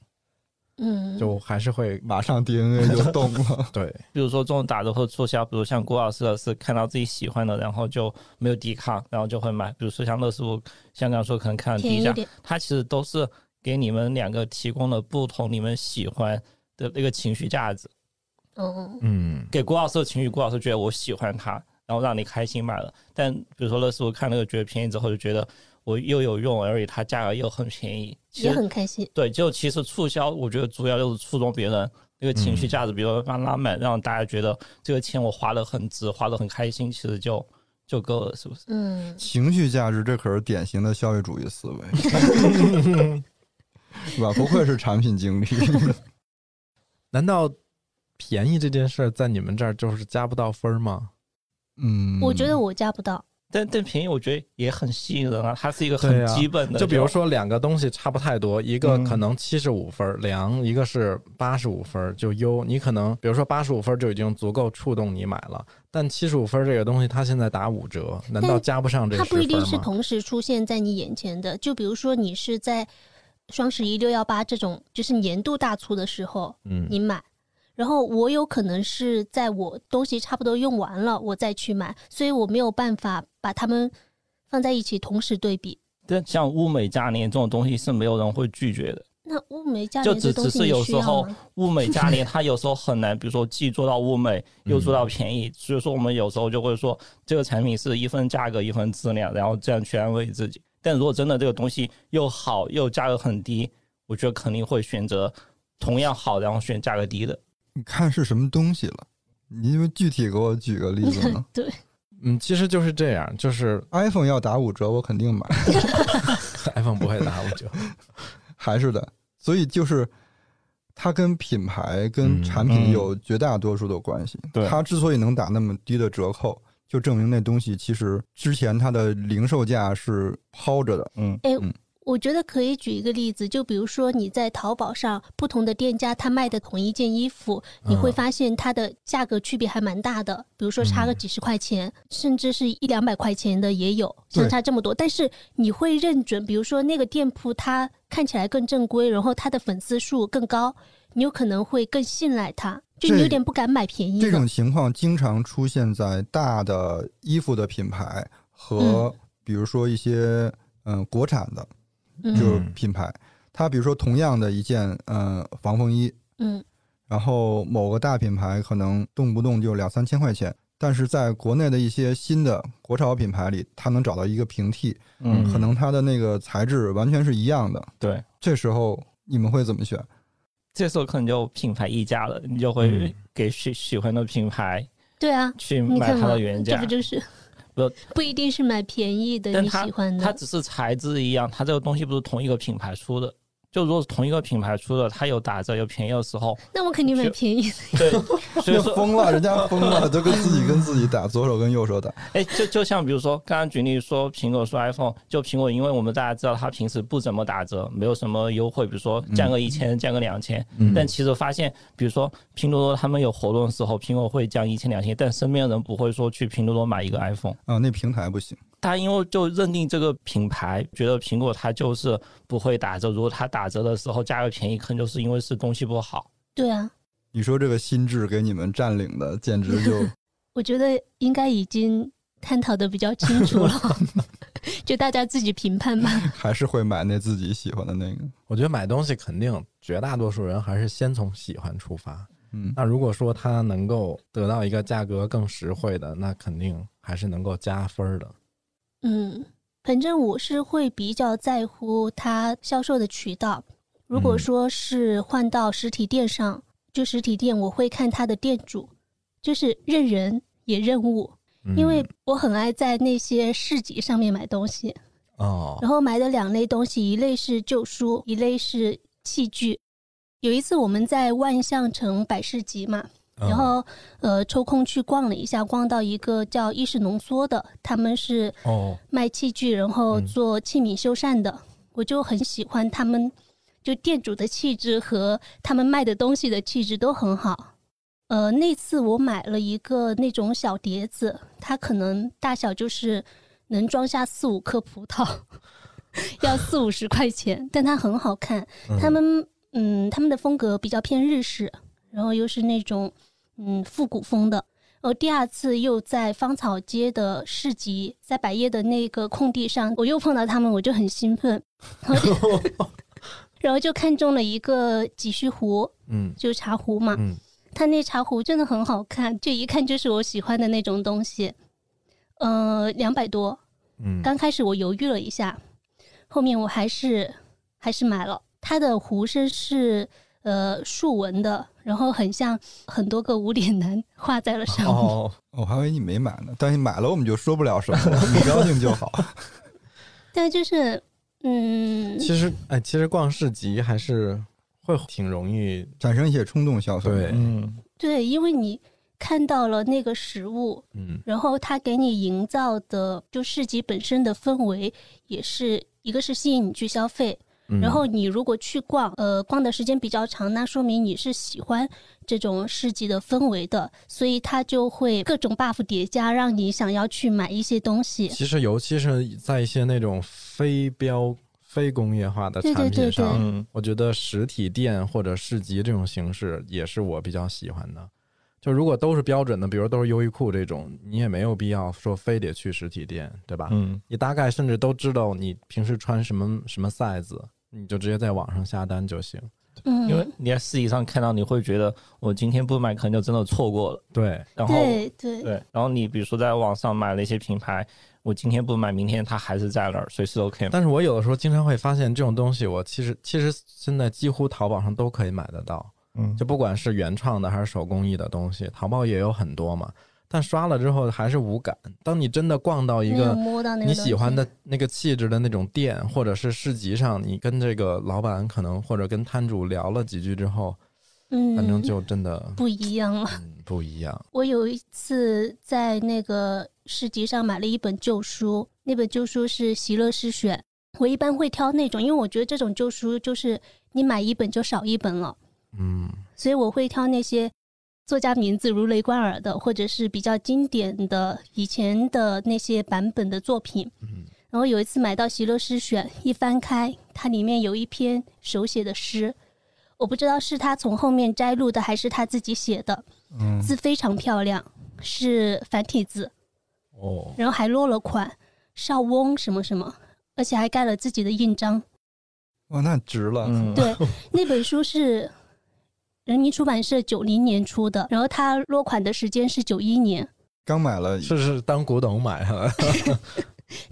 D: 嗯，
B: 就还是会，
A: 马上 DNA 就动了
B: 对
C: 比如说这种打折或促销，比如像郭老师的是看到自己喜欢的，然后就没有抵抗，然后就会买。比如说像乐事物，香港说可能看到
D: 便
C: 低
D: 宜
C: 价，
D: 点，
C: 它其实都是给你们两个提供了不同你们喜欢的那个情绪价值。
D: 嗯，
B: 嗯，
C: 给郭老师的情绪，郭老师觉得我喜欢它，然后让你开心买了。但比如说乐视，我看那个觉得便宜之后，就觉得我又有用，而且它价格又很便宜。其
D: 也
C: 实
D: 很开心。
C: 对，就其实促销，我觉得主要就是触动别人那个情绪
B: 嗯
C: 价值，比如说让拉满，让大家觉得这个钱我花的很值，花的很开心，其实就就够了，是不是？
D: 嗯，
A: 情绪价值这可是典型的消费主义思维， 是吧？不愧是产品经理，
B: 难道便宜这件事儿在你们这儿就是加不到分儿吗？
A: 嗯，
D: 我觉得我加不到。
C: 但但便宜，我觉得也很吸引人啊，它是一个很
B: 对啊
C: 基本的。
B: 就比如，说两个东西差不太多，一个
C: 嗯
B: 可能七十五分儿良，一个是八十五分儿就优。你可能比如说八十五分儿就已经足够触动你买了，但七十五分儿这个东西它现在打五折，难道加不上这
D: 它
B: 十
D: 不一定是
B: 分儿吗？
D: 同时出现在你眼前的。就比如说，你是在双十一、六幺八这种就是年度大促的时候
B: 嗯
D: 你买，然后我有可能是在我东西差不多用完了我再去买，所以我没有办法把它们放在一起同时对比。
C: 但像物美价廉这种东西是没有人会拒绝的。
D: 那物美价
C: 就
D: 廉
C: 只
D: 这东
C: 只
D: 西
C: 是
D: 你
C: 有时
D: 需要
C: 候
D: 吗？
C: 物美价 廉，它有时候很难，比如说既做到物美又做到便宜，所以说我们有时候就会说这个产品是一份价格一份质量，然后这样去安慰自己。但如果真的这个东西又好又价格很低，我觉得肯定会选择同样好，然后选价格低的。
A: 你看是什么东西了，你因为具体给我举个例子呢
D: 对，
B: 嗯，其实就是这样，就是
A: ？iPhone 要打五折，我肯定买。
B: iPhone 不会打五折。
A: 还是的，所以就是它跟品牌、跟
B: 嗯
A: 产品有绝大多数的关系。
C: 对
A: 它之所以能打那么低的折扣，就证明那东西其实之前它的零售价是抛着的。
C: 嗯，
D: 哎
A: 嗯。
D: 我觉得可以举一个例子，就比如说你在淘宝上，不同的店家他卖的同一件衣服，你会
B: 嗯
D: 发现它的价格区别还蛮大的，比如说差
A: 嗯
D: 个几十块钱，甚至是一两百块钱的也有，
A: 对
D: 相差这么多。但是你会认准，比如说那个店铺它看起来更正规，然后它的粉丝数更高，你有可能会更信赖它，就你
A: 这
D: 有点不敢买便宜
A: 这
D: 的
A: 种。情况经常出现在大的呃衣服的品牌和比如说一些嗯、国产的，就是
D: 嗯
B: 嗯
A: 品牌。它比如说同样的一件呃防风衣，
D: 嗯
A: 然后某个大品牌可能动不动就两三千块钱，但是在国内的一些新的国潮品牌里，它能找到一个平替，
I: 嗯
A: 可能它的那个材质完全是一样的。
I: 对，
A: 这时候你们会怎么选？
C: 这时候可能就品牌溢价了，你就会
B: 嗯
C: 给喜喜欢的品牌
D: 对啊，
C: 去
D: 你
C: 买
D: 看
C: 它
D: 嘛
C: 的原，
D: 这
C: 价
D: 不。就是
C: 不
D: 不一定是买便宜的
C: 但
D: 你
C: 它
D: 喜欢
C: 它
D: 的，
C: 只是材质一样，它这个东西不是同一个品牌出的。就如果是同一个品牌出的，它有打折有便宜的时候，
D: 那我肯定买
C: 就
D: 便宜的。
C: 对，所以
A: 那
C: 说
A: 疯了，人家疯了，都跟自己跟自己打，左手跟右手打。
C: 哎，就就像比如说，刚刚举例说苹果说 iPhone，就苹果，因为我们大家知道它平时不怎么打折，没有什么优惠，比如说降个一千、降个两千。
A: 嗯
C: 但其实发现，比如说拼多多他们有活动的时候，苹果会降一千、两千，但身边的人不会说去拼多多买一个 iPhone。
A: 啊，那平台不行。
C: 大家因为就认定这个品牌，觉得苹果它就是不会打折，如果它打折的时候价格便宜，可能就是因为是东西不好。
D: 对啊，
A: 你说这个心智给你们占领的，简直就
D: 我觉得应该已经探讨的比较清楚 了，就大家自己评判吧。
A: 还是会买那自己喜欢的那个。
B: 我觉得买东西肯定绝大多数人还是先从喜欢出发。
A: 嗯，
B: 那如果说它能够得到一个价格更实惠的，那肯定还是能够加分儿的。
D: 嗯，反正我是会比较在乎它销售的渠道。如果
B: 嗯
D: 说是换到实体店上，就实体店我会看它的店主，就是认人也认物，
B: 嗯
D: 因为我很爱在那些市集上面买东西。
B: 哦，
D: 然后买的两类东西，一类是旧书，一类是器具。有一次我们在万象城百事集嘛，然后呃抽空去逛了一下，逛到一个叫意识浓缩的，他们是
B: 哦，
D: 卖器具，然后
B: 嗯
D: 做器皿修缮的，我就很喜欢他们，就店主的气质和他们卖的东西的气质都很好。呃，那次我买了一个那种小碟子，它可能大小就是能装下四五颗葡萄， 要四五十块钱，但它很好看。他们嗯，他们的风格比较偏日式，然后又是那种嗯复古风的。我呃第二次又在芳草街的市集，在百叶的那个空地上，我又碰到他们，我就很兴奋，然后就 然后就看中了一个几须壶，
B: 嗯
D: 就是茶壶嘛。
B: 嗯
D: 它那茶壶真的很好看，就一看就是我喜欢的那种东西。呃，两百多，
B: 嗯，
D: 刚开始我犹豫了一下，后面我还是还是买了。它的壶身是呃竖纹的，然后很像很多个无脸男 画在了上面。
B: 哦，
A: 我还以为你没买呢，但是买了我们就说不了什么了，你高兴就好。
D: 但就是嗯，
B: 其实哎，其实逛市集还是会挺容易
A: 产生一些冲动消费。
B: 对，
I: 嗯，
D: 对，因为你看到了那个实物，
B: 嗯
D: 然后它给你营造的就市集本身的氛围，也是一个是吸引你去消费，
B: 嗯，
D: 然后你如果去逛，呃，逛的时间比较长，那说明你是喜欢这种市集的氛围的，所以它就会各种 buff 叠加，让你想要去买一些东西。
B: 其实尤其是在一些那种非标、非工业化的
D: 对对
B: 产
D: 对
B: 品上，
D: 对
C: 嗯，
B: 我觉得实体店或者市集这种形式也是我比较喜欢的。就如果都是标准的，比如都是优衣库这种，你也没有必要说非得去实体店，对吧？
C: 嗯，
B: 你大概甚至都知道你平时穿什么什么 size，你就直接在网上下单就行。
C: 因为
D: 嗯，
C: 你在市集上看到，你会觉得我今天不买，可能就真的错过了。
B: 对，
C: 然后
D: 对对
B: 呃
C: 对，然后你比如说在网上买了一些品牌，我今天不买，明天它还是在那儿，随时都可以买。
B: 但是我有的时候经常会发现这种东西，我其实其实现在几乎淘宝上都可以买得到，
C: 嗯
B: 就不管是原创的还是手工艺的东西，淘宝也有很多嘛。但刷了之后还是无感。当你真的逛到一
D: 没有
B: 个
D: 摸嗯到那个
B: 你
D: 东
B: 喜欢
D: 西
B: 的那个气质的那种店，或者是市集上，你跟这个老板可能或者跟摊主聊了几句之后，
D: 嗯，
B: 反正就真的
D: 不一样了。
B: 嗯不一样。
D: 我有一次在那个市集上买了一本旧书，那本旧书是席勒诗选。我一般会挑那种，因为我觉得这种旧书就是你买一本就少一本了。
B: 嗯
D: 所以我会挑那些作家名字如雷贯耳的，或者是比较经典的以前的那些版本的作品。
B: 嗯
D: 然后有一次买到《席勒诗选》，一翻开，它里面有一篇手写的诗，我不知道是他从后面摘录的还是他自己写的，
A: 嗯，
D: 字非常漂亮，是繁体字，
B: 哦，
D: 然后还落了款，邵翁什么什么，而且还盖了自己的印章。
A: 哇，那值了。
C: 嗯，
D: 对，那本书是人民出版社九零年出的，然后它落款的时间是九一年。
A: 刚买了，
B: 是是当古董买啊的，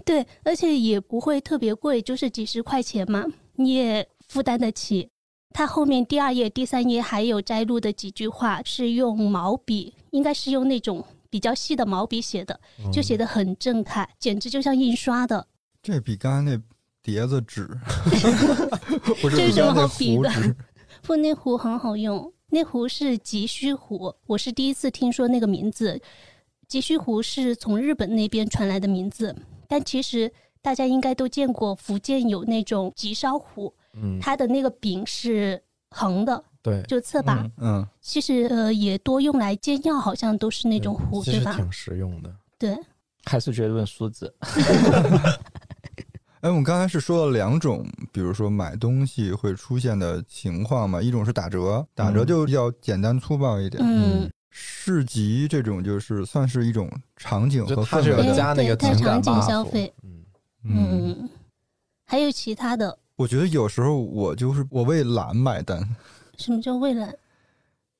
D: 对，而且也不会特别贵，就是几十块钱嘛，你也负担得起。它后面第二页、第三页还有摘录的几句话，是用毛笔，应该是用那种比较细的毛笔写的，就写的很正楷，简直就像印刷的。
A: 这比刚才那碟 子纸，不是
D: 这有
A: 比
D: 什么
A: 刚才那
D: 好比
A: 壶
D: 的
A: 纸，
D: 不，那壶很好用，那壶是急需壶，我是第一次听说那个名字。急需壶是从日本那边传来的名字，但其实大家应该都见过，福建有那种急烧壶，
B: 嗯，
D: 它的那个柄是横的，
B: 对，
D: 就侧把。
C: 嗯
A: 嗯，
D: 其实呃，也多用来煎药，好像都是那种壶，
B: 其
D: 对
B: 实
D: 吧？
B: 挺实用的。
D: 对，
C: 还是觉得问梳子，
A: 哎，我们刚才是说了两种，比如说买东西会出现的情况嘛，一种是打折，打
B: 嗯
A: 折就比较简单粗暴一点。
D: 嗯，
A: 市集这种就是算是一种场景和
B: 就它
A: 氛
B: 是有
A: 围
D: 对
A: 的，
B: 加那个
D: 对，它
B: 情感
D: 场景
B: buff
D: 消费，
B: 嗯，
A: 嗯，
D: 嗯，还有其他的，
A: 我觉得有时候我就是我为懒买单，
D: 什么叫蔚蓝？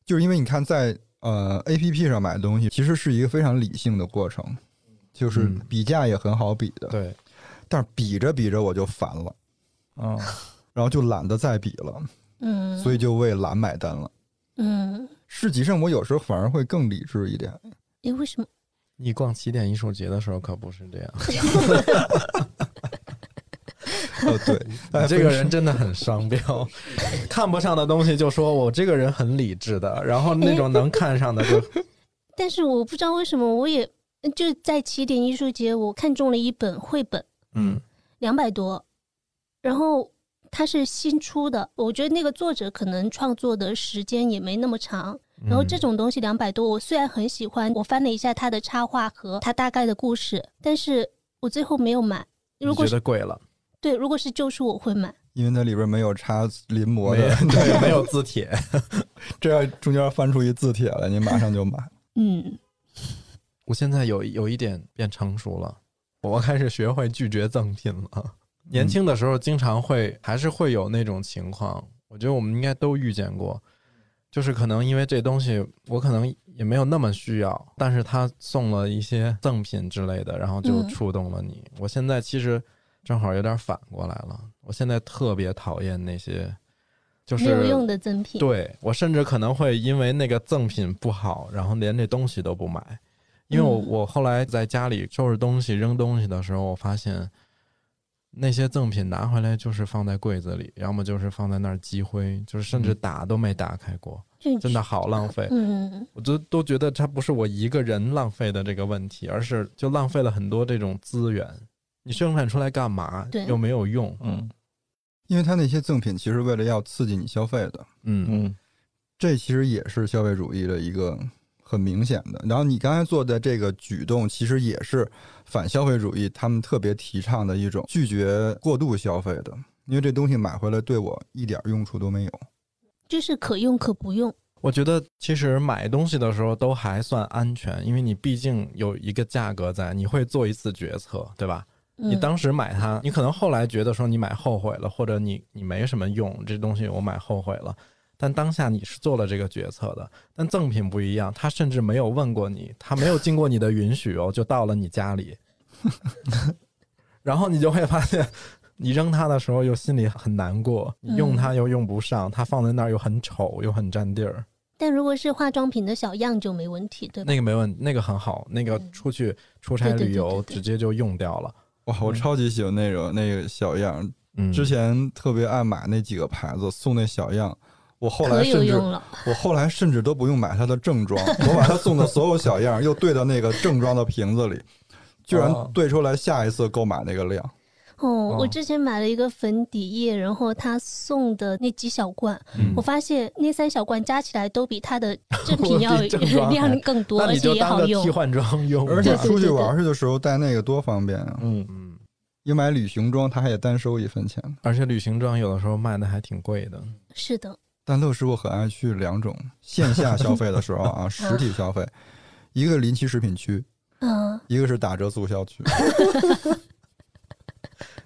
A: 就是因为你看在呃 A P P 上买东西，其实是一个非常理性的过程，就是
B: 嗯
A: 比价也很好比的，
B: 对，
A: 但是比着比着我就烦了，
C: 嗯，
B: 哦
A: 然后就懒得再比了，
D: 嗯，
A: 所以就为懒买单了。
D: 嗯，
A: 市集上我有时候反而会更理智一点，
D: 诶，为什么？
B: 你逛起点艺术节的时候可不是这样，
A: 呃，对，
B: 你这个人真的很商 标，看不上的东西就说我这个人很理智的，然后那种能看上的就
D: 哎但是我不知道为什么，我也就在起点艺术节，我看中了一本绘本，
B: 嗯
D: 两百多，然后它是新出的，我觉得那个作者可能创作的时间也没那么长。
B: 嗯
D: 然后这种东西两百多，我虽然很喜欢，我翻了一下它的插画和它大概的故事，但是我最后没有买。如果
B: 你觉
D: 是
B: 得贵了，
D: 对，如果是旧书，我会买。
A: 因为它里边没有插临摹
B: 没有
A: 的，
B: 对， 没有字帖，
A: 这要中间翻出一字帖来，你马上就买。
D: 嗯，
B: 我现在有有一点变成熟了， 我开始学会拒绝赠品了。 年
A: 嗯
B: 轻的时候经常会还是会有那种情况，我觉得我们应该都遇见过，就是可能因为这东西我可能也没有那么需要，但是他送了一些赠品之类的，然后就
D: 嗯
B: 触动了你。我现在其实正好有点反过来了，我现在特别讨厌那些就是
D: 没有用的赠品。
B: 对我甚至可能会因为那个赠品不好，然后连这东西都不买。因为我、
D: 嗯
B: 我后来在家里收拾东西、扔东西的时候，我发现那些赠品拿回来就是放在柜子里，要么就是放在那儿积灰，就是甚
D: 嗯
B: 至打都没打开过，
D: 就
B: 真的好哎浪 费。
D: 嗯，
B: 我都都觉得它不是我一个人浪费的这个问题，而是就浪费了很多这种资源。你生产出来干嘛
D: 对？
B: 又没有用。
C: 嗯
A: 因为它那些赠品其实为了要刺激你消费的，
B: 嗯
C: 嗯
A: 这其实也是消费主义的一个很明显的。然后你刚才做的这个举动，其实也是反消费主义他们特别提倡的一种拒绝过度消费的，因为这东西买回来对我一点用处都没有。
D: 就是可用可不用。
B: 我觉得其实买东西的时候都还算安全，因为你毕竟有一个价格在，你会做一次决策，对吧？
D: 嗯、
B: 你当时买它，你可能后来觉得说你买后悔了，或者你你没什么用，这东西我买后悔了。但当下你是做了这个决策的，但赠品不一样，他甚至没有问过你，他没有经过你的允许哦，就到了你家里，然后你就会发现，你扔它的时候又心里很难过，你用它又用不上，它放在那儿又很丑，又很占地儿。
D: 但如果是化妆品的小样就没问题，对吧？
B: 那个没问，那个很好，那个
D: 嗯
B: 出去出差
D: 对对对
B: 旅游
D: 对对
B: 直接就用掉了。
A: 哇，我超级喜欢那种那个小样，
B: 嗯
A: 之前特别爱买那几个牌子送那小样，我后
D: 可有
A: 来甚至
D: 用了，
A: 我后来甚至都不用买它的正装，我把它送的所有小样儿又兑到那个正装的瓶子里，居然
C: 哦
A: 兑出来下一次购买那个量。
D: 哦，
B: 嗯
D: 我之前买了一个粉底液，然后他送的那几小罐，
A: 嗯
D: 我发现那三小罐加起来都比它的正品
B: 比
D: 要
B: 正装还
D: 量更多，
B: 那
D: 而
B: 你
D: 且
B: 就
D: 也
B: 当
D: 好
B: 个
D: 用
B: 替。换装用吧。
A: 而且
D: 对
A: 出去玩去的时候带那个多方便啊！
C: 嗯，
B: 嗯，
A: 一买旅行装，它还得单收一分钱。
B: 而且旅行装有的时候卖的还挺贵 的。
D: 是的，
A: 但乐师我很爱去两种线下消费的时候 啊，实体消费，一个临期食品区，
D: 嗯，
A: 一个是打折促销区，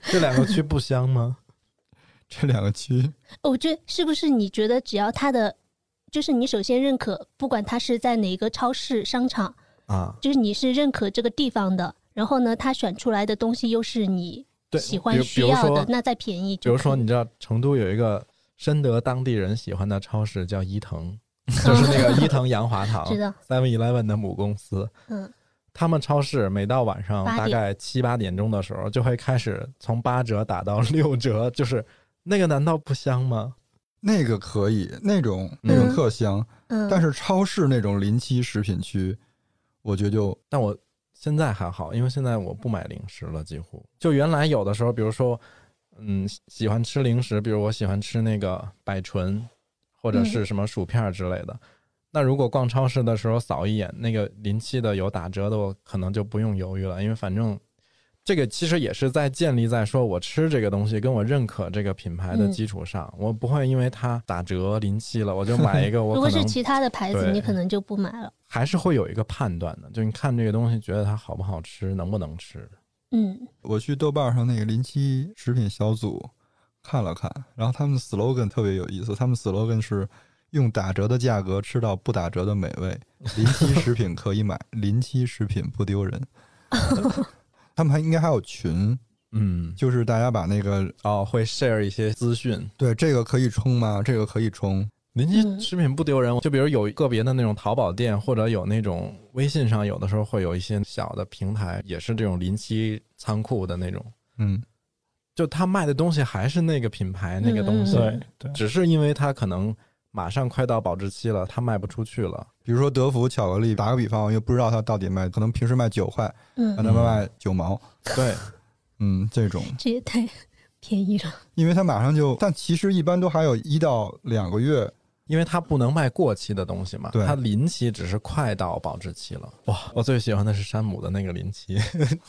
B: 这两个区不香吗？
A: 这两个区
D: 哦我觉得是不是你觉得只要它的，就是你首先认可，不管它是在哪一个超市、商场，
B: 啊，
D: 就是你是认可这个地方的，然后呢，它选出来的东西又是你
B: 对，
D: 喜
B: 比
D: 欢
B: 如
D: 需
B: 比如
D: 要
B: 说
D: 的，那再便宜
B: 比
D: 就可以。
B: 如说，你知道成都有一个深得当地人喜欢的超市叫伊 藤，就是那个伊藤洋华堂
D: 知道
B: Seven Eleven 的母公司。
D: 嗯，
B: 他们超市每到晚上
D: 八
B: 大
D: 点
B: 概七八点钟的时候，就会开始从八折打到六折，就是那个难道不香吗？
A: 那个可以，那种那种
D: 嗯
A: 特香，
D: 嗯，
A: 但是超市那种临期食品区，我觉得就
B: 但我现在还好，因为现在我不买零食了，几乎就原来有的时候，比如说，嗯，喜喜欢吃零食，比如我喜欢吃那个百醇或
D: 嗯
B: 者是什么薯片之类的。那如果逛超市的时候扫一眼那个临期的有打折的，我可能就不用犹豫了，因为反正这个其实也是在建立在说我吃这个东西跟我认可这个品牌的
D: 嗯
B: 基础上，我不会因为它打折临期了我就买一 个我可
D: 如果是
B: 能
D: 其他的牌子，
B: 对
D: 你可能就不买了。
B: 还是会有一个判断的，就你看这个东西，觉得它好不好吃，能不能吃。
D: 嗯，
A: 我去豆瓣上那个临期食品小组看了看，然后他们 slogan 特别有意思，他们 slogan 是用打折的价格吃到不打折的美味，临期食品可以买，临期食品不丢人。 他们还应该还有群，
B: 嗯，
A: 就是大家把那个
B: 哦，会 share 一些资讯。
A: 对这个可以冲吗？这个可以冲，
B: 临期
D: 嗯
B: 食品不丢人，就比如有个别的那种淘宝店，或者有那种微信上有的时候会有一些小的平台，也是这种临期仓库的那种，
A: 嗯，
B: 就他卖的东西还是那个品牌那个东西，
D: 嗯
I: 对对，
B: 只是因为他可能马上快到保质期了，他卖不出去了。
A: 比如说德芙巧克力，打个比方，我又不知道它到底卖，可能平时卖九块，
D: 嗯
A: 让，他们卖九毛，
B: 对，
A: 嗯，这种，
D: 这也太 便宜 了。
A: 因为它马上就，但其实一般都还有一到两个月，
B: 因为它不能卖过期的东西嘛，
A: 对
B: 它临期只是快到保质期了。哇，我最喜欢的是山姆的那个临 期，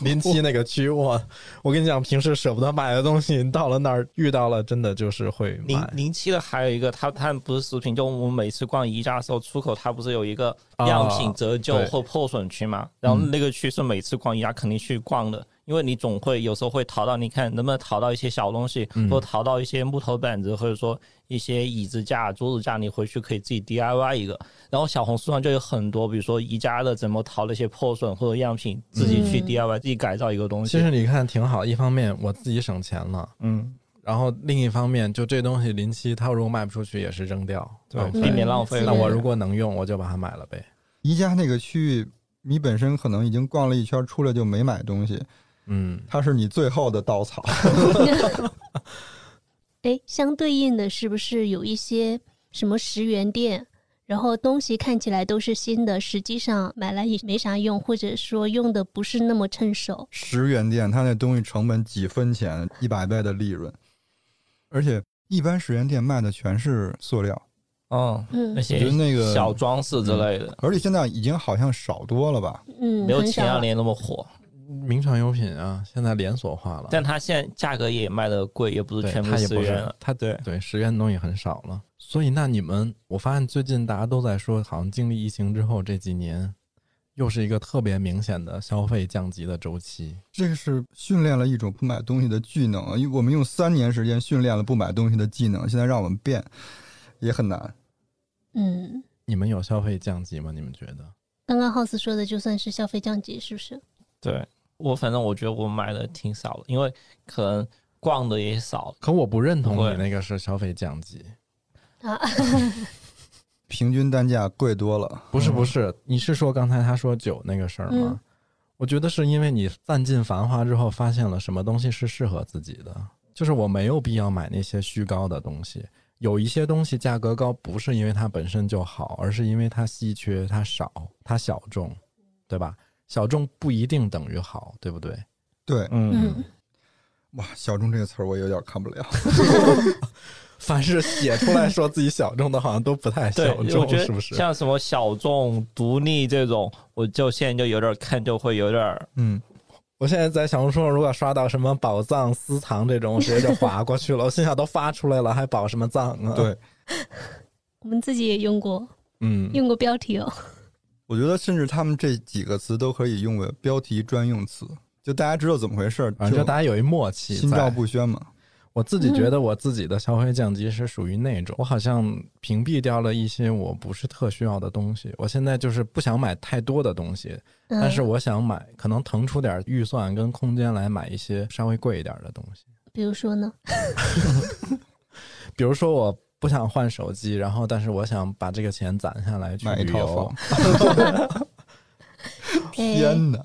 B: 临期那个区，哇，我跟你讲，平时舍不得买的东西，到了那儿遇到了，真的就是会
C: 零
B: 买。
C: 零七的还有一个，它它不是食品，就我们每次逛宜家的时候，出口它不是有一个样品折旧
B: 啊对
C: 或破损区嘛？然后那个区是每次逛宜家肯定去逛的，因为你总会有时候会淘到，你看能不能淘到一些小东西，
B: 嗯
C: 或淘到一些木头板子，或者说一些椅子架、桌子架，你回去可以自己 DIY 一个。然后小红书上就有很多，比如说宜家的怎么淘了一些破损或者样品，自己去
D: 嗯
C: DIY 自己改造一个东西。
B: 其实你看挺好，一方面我自己省钱了，
C: 嗯，
B: 然后另一方面就这东西临期，它如果卖不出去也是扔掉，浪
C: 避
B: 费
C: 免浪费
D: 嗯
C: 了。
B: 那我如果能用，我就把它买了呗。
A: 宜家那个区域，你本身可能已经逛了一圈，出来就没买东西，
B: 嗯，
A: 它是你最后的稻草。
D: 哎，相对应的是不是有一些什么十元店，然后东西看起来都是新的，实际上买来也没啥用，或者说用的不是那么趁手。
A: 十元店，它那东西成本几分钱，一百倍的利润，而且一般十元店卖的全是塑料，
C: 嗯，
D: 嗯
C: 那些
A: 觉得那个
C: 小装饰之类的，
A: 而且现在已经好像少多了吧？
D: 嗯，
C: 没有
D: 很
C: 前
D: 少
C: 两。年那么火，
B: 名创优品啊，现在连锁化了，
C: 但它现在价格也卖的贵，也不是
B: 对，
C: 全部
B: 它也
C: 十
B: 不
C: 元
B: 是
C: 了。，
B: 它
C: 对
B: 对十元的东西很少了。所以那你们，我发现最近大家都在说，好像经历疫情之后这几年，又是一个特别明显的消费降级的周期。
A: 这个是训练了一种不买东西的技能，因为我们用三年时间训练了不买东西的技能，现在让我们变也很难。
D: 嗯，
B: 你们有消费降级吗？你们觉得？
D: 刚刚 House 说的就算是消费降级，是不是？
C: 对我反正我觉得我买的挺少的，因为可能逛的也少。
B: 可我不认同
C: 不会
B: 你那个是消费降级，
D: 啊，
A: 平均单价贵多了，
B: 不是
C: 嗯
B: 不是，你是说刚才他说酒那个事儿吗？
D: 嗯
B: 我觉得是因为你散尽繁华之后，发现了什么东西是适合自己的，就是我没有必要买那些虚高的东西。有一些东西价格高，不是因为它本身就好，而是因为它稀缺、它少、它小众，对吧？小众不一定等于好，对不对？
A: 对，
D: 嗯，
A: 哇，小众这个词儿我有点看不了。
B: 凡是写出来说自己小众的，好像都不太
C: 对
B: 小，
C: 我
B: 众，
C: 觉
B: 是不
C: 得
B: 是？
C: 像什么小众、独立这种，我就现在就有点看，就会有点儿
A: 嗯，
B: 我现在在小红书上，如果刷到什么宝藏、私藏这种，我直接就划过去了。我心想，都发出来了，还宝什么藏啊？
A: 对，
D: 我们自己也用过，
B: 嗯，
D: 用过标题哦。
A: 我觉得甚至他们这几个词都可以用为标题专用词，就大家知道怎么回事儿，
B: 反正就大家有一默契在。
A: 心照不宣嘛。
B: 我自己觉得我自己的消费降级是属于那种，我好像屏蔽掉了一些我不是特需要的东西。我现在就是不想买太多的东西，
D: 嗯
B: 但是我想买，可能腾出点预算跟空间来买一些稍微贵一点的东西。
D: 比如说呢，
B: 比如说，我不想换手机，然后但是我想把这个钱攒下来去
A: 买一
B: 旅
A: 套
B: 游
A: 房。。
D: 哎，
A: 天哪！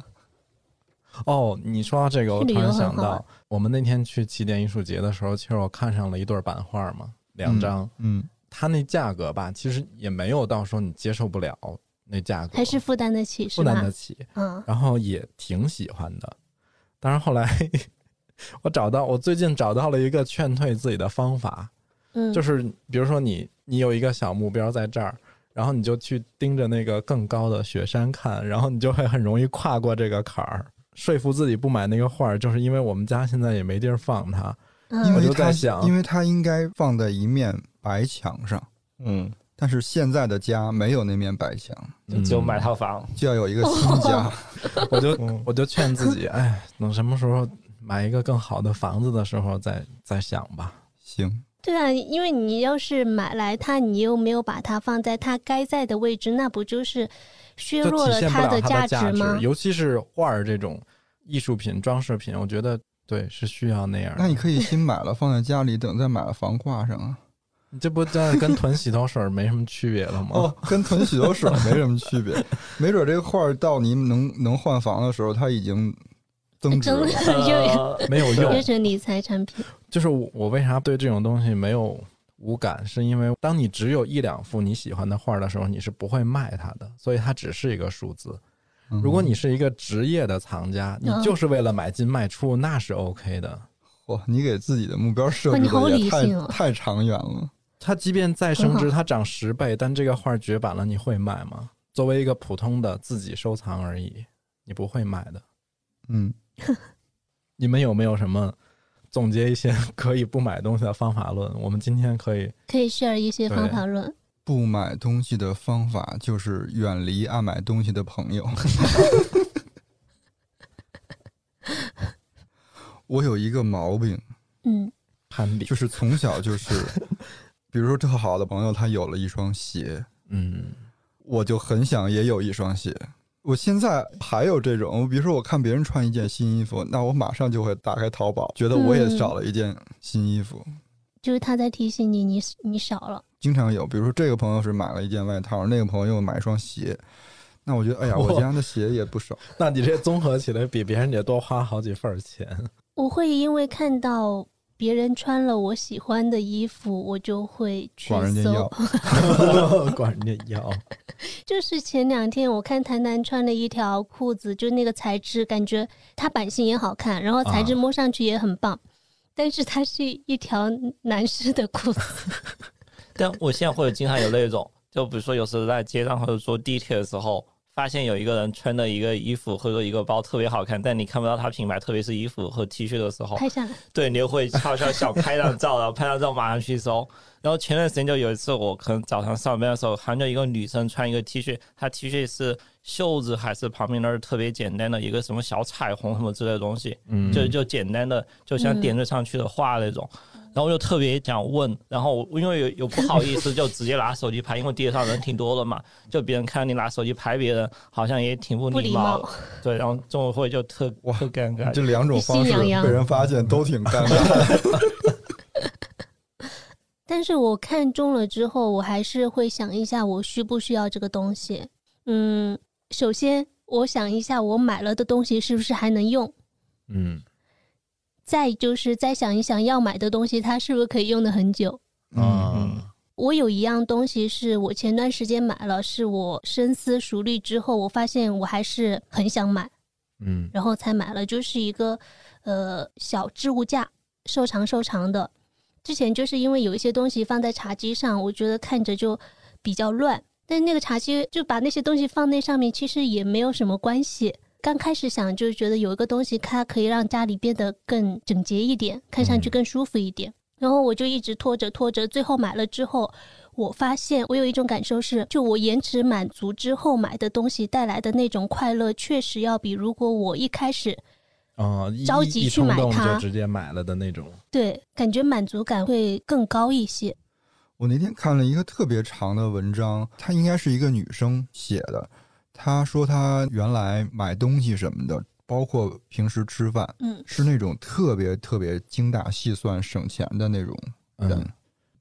B: 哦，你说到这个，我突
D: 去旅游
B: 然
D: 很
B: 想
D: 好啊
B: 到
D: 玩，
B: 我们那天去起点艺术节的时候，其实我看上了一对版画嘛，两张。
A: 嗯，
B: 它那价格吧，其实也没有到说你接受不了那价格，
D: 还是负担得起是
B: 负
D: 吧？
B: 担得起，
D: 嗯，
B: 然后也挺喜欢的。当然后来 我找到，我最近找到了一个劝退自己的方法，
D: 嗯，
B: 就是是比如说你你有一个小目标在这儿，然后你就去盯着那个更高的雪山看，然后你就会很容易跨过这个坎儿。说服自己不买那个画儿，就是因为我们家现在也没地儿放它，
D: 嗯
A: 因
B: 我
A: 为
B: 就在
A: 它
B: 想
A: 因为它应该放在一面白墙上，
C: 嗯，
A: 但是现在的家没有那面白墙，
B: 嗯
C: 就只有买套 房，
A: 嗯就要有一个新家。
B: 我就
A: 嗯
B: 我就劝自己，哎，等什么时候买一个更好的房子的时候再再想吧。
A: 行，
D: 对啊，因为你要是买来它，你又没有把它放在它该在的位置，那不就是削
B: 就
D: 弱
B: 体
D: 了
B: 现不了
D: 的
B: 它
D: 价
B: 的
D: 值
B: 价
D: 吗？
B: 尤其是画儿这种艺术品、装饰品，我觉得对是需要那样的。
A: 那你可以新买了放在家里，等再买了房挂上啊。
B: 你这不这跟囤洗头水儿没什么区别了吗？
A: 哦，跟囤洗头水没什么区别，没准这个画儿到你能能换房的时候，它已经增值
D: 真
A: 了
D: 的。又
C: 呃
B: 没有
D: 又
B: 用。
D: 成理财产品，
B: 就是我我为啥对这种东西没有无感，是因为当你只有一两幅你喜欢的画儿的时候，你是不会卖它的，所以它只是一个数字。
A: 嗯
B: 如果你是一个职业的藏家，你
D: 嗯
B: 就是为了买进卖出，那是 OK 的。
A: 哇，你给自己的目标设
D: 哇
A: 置
D: 你好
A: 的也
D: 理
A: 太
D: 性啊
A: 太长远了。
B: 它即便再升值，
D: 很
B: 它涨十倍，但这个画绝版了，你会卖吗？作为一个普通的自己收藏而已，你不会买的。
A: 嗯，
B: 你们有没有什么总结一些 可以不买东西的方法论？我们今天可以
D: 可以 share 一些
B: 对
D: 方法论。
A: 不买东西的方法就是远离爱买东西的朋友。 我有一个毛病，
D: 嗯，
B: 攀比，
A: 就是从小就是，比如说特好的朋友他有了一双鞋，
B: 嗯，
A: 我就很想也有一双鞋。我现在还有这种，比如说我看别人穿一件新衣服，那我马上就会打开淘宝，觉得我
D: 嗯
A: 也找了一件新衣服。
D: 就是他在提醒你，你你少了，
A: 经常有，比如说这个朋友是买了一件外套，那个朋友买一双鞋，那我觉 得哎呀，
B: 哇
A: 我家的鞋也不少。
B: 那你这综合起来比别人得多花好几份儿 钱。
D: 我会因为看到别人穿了我喜欢的衣服，我就会去
A: 管人家
D: 搜哎
A: 要。
B: 管人家要，
D: 就是前两天我看谭楠穿了一条裤子，就那个材质，感觉它版型也好看，然后材质
B: 啊
D: 摸上去也很棒，但是它是一条男士的裤子。
C: 但我现在会有经常有那种，就比如说有时候在街上或者坐地铁的时候，发现有一个人穿的一个衣服或者说一个包特别好看，但你看不到他品牌，特别是衣服和 T 恤的时候，
D: 拍下来，
C: 对，你就会悄悄小拍张照，然后拍张照马上去搜。 然后前段时间就有一次，我可能早上上班的时候，看到一个女生穿一个 T 恤，她 T 恤是袖子还是旁边那儿特别简单的一个什么小彩虹什么之类的东西，
B: 嗯
C: 就就简单的，就像点缀上去的画那种。然后我就特别想问，然后我因为有有不好意思，就直接拿手机拍，因为地上人挺多的嘛，就别人看你拿手机拍别人，好像也挺不
D: 不礼
C: 礼貌
D: 貌
C: 的。对，然后中午会就特
A: 哇
C: 特尴尬，
A: 这两种方
D: 心
A: 式
D: 痒痒
A: 被人发现都挺尴尬 的。
D: 但是我看中了之后，我还是会想一下我需不需要这个东西。嗯，首先我想一下我买了的东西是不是还能用，
B: 嗯
D: 再就是再想一想要买的东西它是不是可以用的很久。
C: 嗯
B: 啊
D: 我有一样东西是我前段时间买了，是我深思熟虑之后，我发现我还是很想买，
B: 嗯
D: 然后才买了，就是一个呃小置物架，瘦长瘦长的。之前就是因为有一些东西放在茶几上，我觉得看着就比较乱，但那个茶几就把那些东西放那上面，其实也没有什么关系。刚开始想就是觉得有一个东西，它可以让家里变得更整洁一点，看上去
B: 嗯
D: 更舒服一点。然后我就一直拖着拖着，最后买了之后，我发现我有一种感受是，就我延迟满足之后买的东西带来的那种快乐，确实要比如果我一开始
B: 嗯，一
D: 着急
B: 一
D: 去
B: 冲
D: 买
B: 动
D: 它
B: 就直接买了的那种。
D: 对，感觉满足感会更高一些。
A: 我那天看了一个特别长的文章，她应该是一个女生写的。她说她原来买东西什么的，包括平时吃饭，
D: 嗯，
A: 是那种特别特别精打细算、省钱的那种人，
B: 嗯，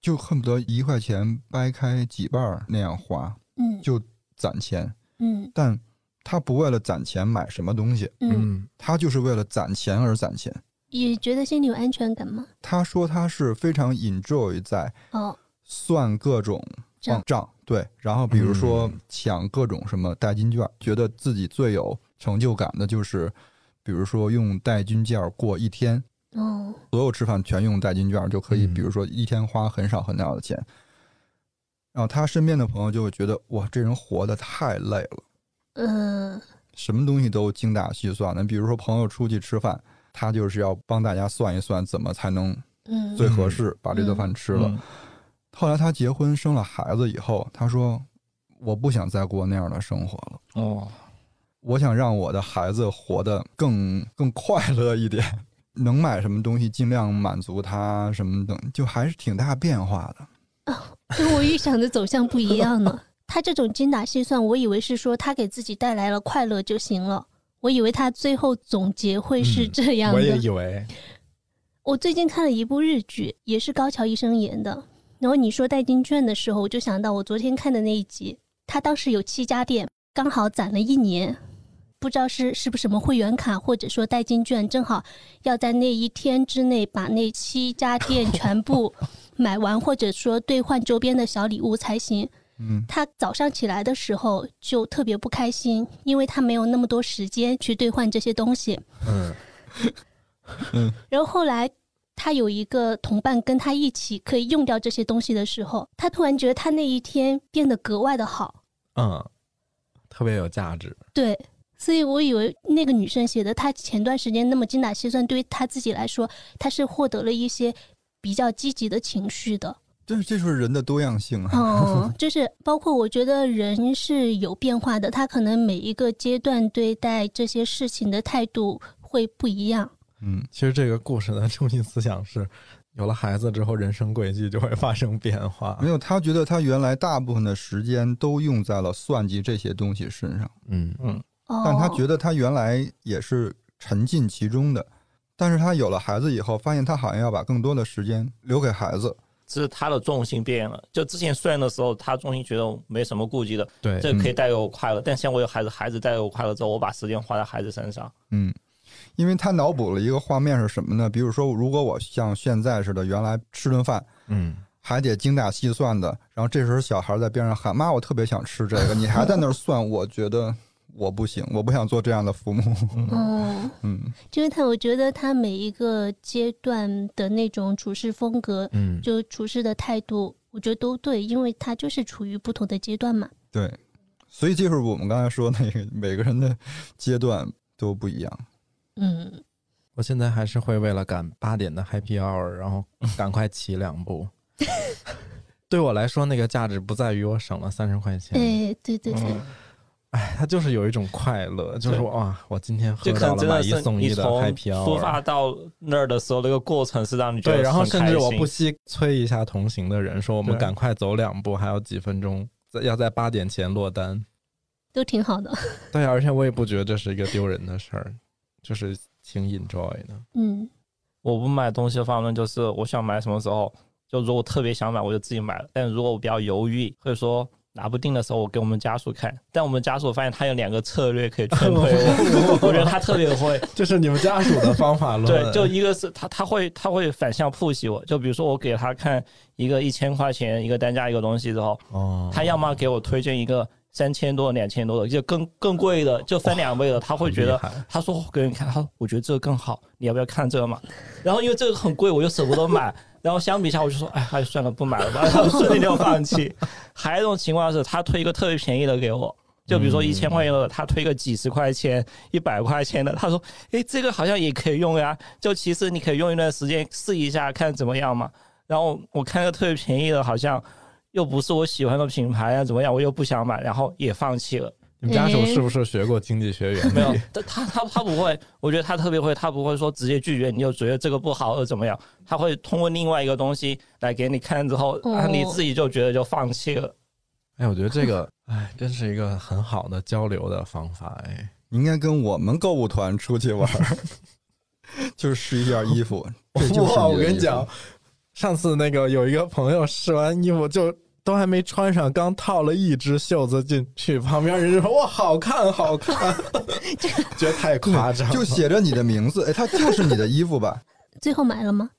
A: 就恨不得一块钱掰开几瓣儿那样花，
D: 嗯
A: 就攒钱。
D: 嗯
A: 但她不为了攒钱买什么东西，
D: 嗯，
B: 嗯
A: 她就是为了攒钱而攒钱。
D: 也觉得心里有安全感吗？
A: 她说她是非常 enjoy 在
D: 哦，
A: 算各种
D: 账
A: 账账，对，然后比如说
B: 嗯
A: 抢各种什么代金券，觉得自己最有成就感的就是，比如说用代金券过一天，
D: 哦，
A: 所有吃饭全用代金券就可以，
B: 嗯
A: 比如说一天花很少很少的钱。然后他身边的朋友就会觉得，哇，这人活得太累了，
D: 嗯
A: 什么东西都精打细算的。比如说朋友出去吃饭，他就是要帮大家算一算怎么才能
D: 嗯，
A: 最合适把这顿饭吃了。
C: 嗯
A: 后来他结婚生了孩子以后，他说：“我不想再过那样的生活了，
C: 哦，
A: 我想让我的孩子活得更更快乐一点， 能买什么东西尽量满足他什么等，就还是挺大变化的。
D: 跟 我预想的走向不一样 呢。他这种精打细算，我以为是说他给自己带来了快乐就行了，我以为他最后总结会是
B: 嗯
D: 这样的。
B: 我也以为，
D: 我最近看了一部日剧，也是高桥医生演的。然后你说代金券的时候，我就想到我昨天看的那一集，他当时有七家店，刚好攒了一年，不知道是是不是什么会员卡或者说代金券，正好要在那一天之内把那七家店全部买完，或者说兑换周边的小礼物才行。”
A: 嗯，
D: 他早上起来的时候就特别不开心，因为他没有那么多时间去兑换这些东西。
B: 嗯
D: 然后后来他有一个同伴跟他一起可以用掉这些东西的时候，他突然觉得他那一天变得格外的好。
B: 嗯，特别有价值。
D: 对，所以我以为那个女生写的，她前段时间那么精打细算，对于她自己来说，她是获得了一些比较积极的情绪的。
A: 这这就是人的多样性啊。
D: 嗯， 就是包括我觉得人是有变化的，他可能每一个阶段对待这些事情的态度会不一样。
A: 嗯，
B: 其实这个故事的中心思想是，有了孩子之后，人生轨迹就会发生变化
A: 没。有，他觉得他原来大部分的时间都用在了算计这些东西身上，
B: 嗯
C: 嗯，
D: 哦，
A: 但他觉得他原来也是沉浸其中的。但是他有了孩子以后，发现他好像要把更多的时间留给孩子，
C: 只是他的重心变了。就之前算的时候，他重心觉得没什么顾忌的，
B: 对，嗯
C: 这可以带给我快乐。但现在我有孩子，孩子带给我快乐之后，我把时间花在孩子身上。
A: 嗯，因为他脑补了一个画面是什么呢？比如说，如果我像现在似的，原来吃顿饭
B: 嗯，
A: 还得精打细算的，然后这时候小孩在边上喊：“妈，我特别想吃这个。”你还在那儿算，我觉得我不行，我不想做这样的父母。
D: 嗯。
A: 嗯，
D: 就是他，我觉得他每一个阶段的那种处事风格，
B: 嗯，
D: 就处事的态度，我觉得都对，因为他就是处于不同的阶段嘛。
A: 对，所以就是我们刚才说那个每个人的阶段都不一样。
D: 嗯，
B: 我现在还是会为了赶八点的 Happy Hour，然 后赶快骑两步。 对我来说，那个价值不在于我省了三十块钱，
D: 哎，对对对，
B: 哎，它就是有一种快乐，就是
C: 对
B: 哇，我今天喝
C: 就可
B: 到
C: 能
B: 了
C: 真
B: 买
C: 的
B: 一
C: 是
B: 送
C: 你
B: 的
C: 从
B: Happy
C: 出
B: Hour，
C: 发到那儿的时候，那个过程是让你觉得
B: 对，然后
C: 很
B: 甚
C: 开
B: 至我
C: 心
B: 不惜催一下同行的人，说我们
C: 对
B: 赶快走两步，还有几分钟，在要在八点前落单。
D: 都挺好的。
B: 对啊，而且我也不觉得这是一个丢人的事儿，就是挺 enjoy 的。
D: 嗯
C: 我不买东西的方面就是我想买什么时候，就如果特别想买，我就自己买了。但如果我比较犹豫，或者说拿不定的时候，我给我们家属看。但我们家属发现他有两个策略可以劝 退我，我觉得他特别会。
B: 这是你们家属的方法论。
C: 对，就一个是他他会他会反向 push 我，就比如说我给他看一个一千块钱一个单价一个东西之后，
B: 哦，
C: 他要么给我推荐一个三千多、两千多的，就更更贵的，就翻两倍的，他会觉得
B: 厉害
C: 他说给你看，他说我觉得这个更好，你要不要看这个嘛？然后因为这个很贵，我又舍不得买，然后相比下我就说，哎，还是算了，不买了吧，然后瞬间就放弃。还有一种情况是，他推一个特别便宜的给我。就比如说一千块钱的，他推个几十块钱、一百块钱的，他说：“哎，这个好像也可以用呀。”就其实你可以用一段时间试一下，看怎么样嘛。然后我看个特别便宜的，好像又不是我喜欢的品牌啊，怎么样，我又不想买，然后也放弃了。
B: 你们家属是不是学过经济学原理？
C: 没有，他他他他不会，我觉得他特别会，他不会说直接拒绝你就觉得这个不好或者怎么样，他会通过另外一个东西来给你看之后，
D: 哦
C: 啊你自己就觉得就放弃了。
B: 哎，我觉得这个，哎，真是一个很好的交流的方法，哎，
A: 你应该跟我们购物团出去玩儿， 就是试一件衣服。这就是
J: 哇，
A: 你
J: 我
A: 的
J: 跟
A: 衣
J: 你
A: 服
J: 讲，，上次那个有一个朋友试完衣服就都还没穿上，刚套了一只袖子进去，旁边人就说：“哇，好看，好看！” 觉得太夸张了，
A: 就写着你的 名字，哎，它就是你的衣服吧？
D: 最后买了吗？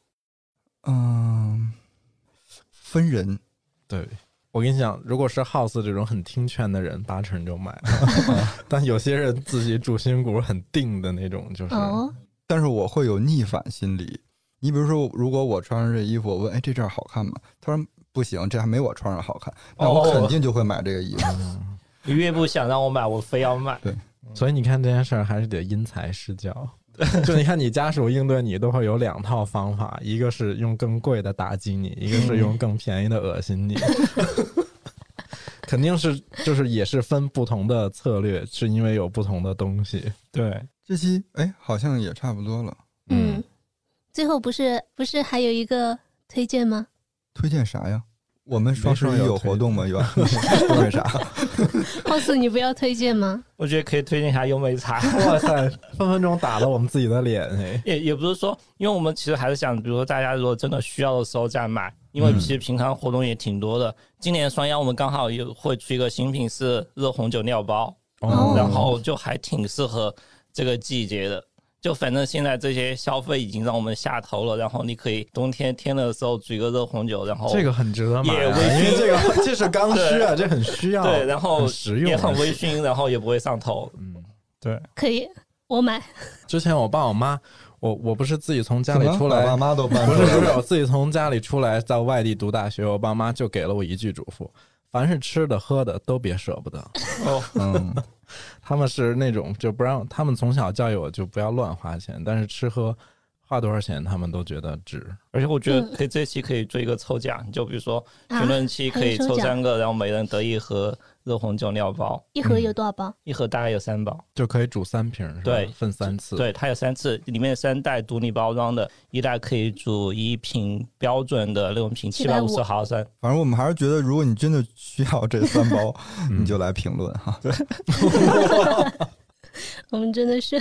A: 嗯，分人。
B: 对。我跟你讲，如果是 House 这种很听劝的人，八成就买了。但有些人自己主心骨很定的那种，就是、
D: 哦，
A: 但是我会有逆反心理。你比如说，如果我穿上这衣服，我问，哎，这件儿好看吗？他说不行，这还没我穿上好看。那我
C: 哦
A: 肯定就会买这个衣 服。
C: 你越不想让我买，我非要买。
B: 所以你看这件事儿还是得因材施教。 就你看，你家属应对你都会有两套方法，一个是用更贵的打击你，一个是用更便宜的恶心你。 肯定是就是也是分不同的策略，是因为有不同的东西。
K: 对，
A: 这期哎，好像也差不多了。
D: 嗯，最后不是不是还有一个推荐吗？
A: 推荐啥呀？我们双十
B: 没
A: 一
B: 说有
A: 有活动吗？有，因为啥？
D: 后四你不要推荐吗？
C: 我觉得可以推荐一下优美茶。
B: 哇塞，分分钟打了我们自己的脸哎！
C: 也也不是说，因为我们其实还是想，比如说大家如果真的需要的时候再买，因为其实平常活动也挺多的。今年双幺我们刚好又会出一个新品是热红酒料包，
D: 哦
C: 嗯然后就还挺适合这个季节的。就反正现在这些消费已经让我们下头了，然后你可以冬天天冷的时候煮一个热红酒，然后
B: 这个很值得买、
C: 也
B: 啊，
C: 微
B: 因为这个这是刚需啊，这很需要，
C: 对，然后
B: 很实用啊，
C: 也很微醺，然后也不会上头。
B: 嗯，
D: 可以，我买。
B: 之前我爸我妈，我我不是自己从家里
A: 怎么
B: 出来
A: 把爸妈都搬
B: 不是
A: 出来
B: 不是，
A: 了。
B: 我自己从家里出来到外地读大学，我爸妈就给了我一句嘱咐：凡是吃的喝的都别舍不得。
C: 哦，
A: 嗯，
B: 他们是那种就不让他们从小教育我就不要乱花钱，但是吃喝花多少钱他们都觉得值。
C: 而且我觉得可以这期可以做一个抽奖，就比如说评论区可以抽三个，然后每人得一盒热红酒料包，
D: 一盒有多少包？
C: 一盒大概有三包。
B: 就可以煮三瓶，是吧
C: 对
B: 分三次。，
C: 对，它有三次，里面三袋独立包装的，一袋可以煮一瓶标准的六瓶七百五十
D: 750
C: 毫升。
A: 反正我们还是觉得，如果你真的需要这三 包，你就来评论哈。
D: 我们真的是，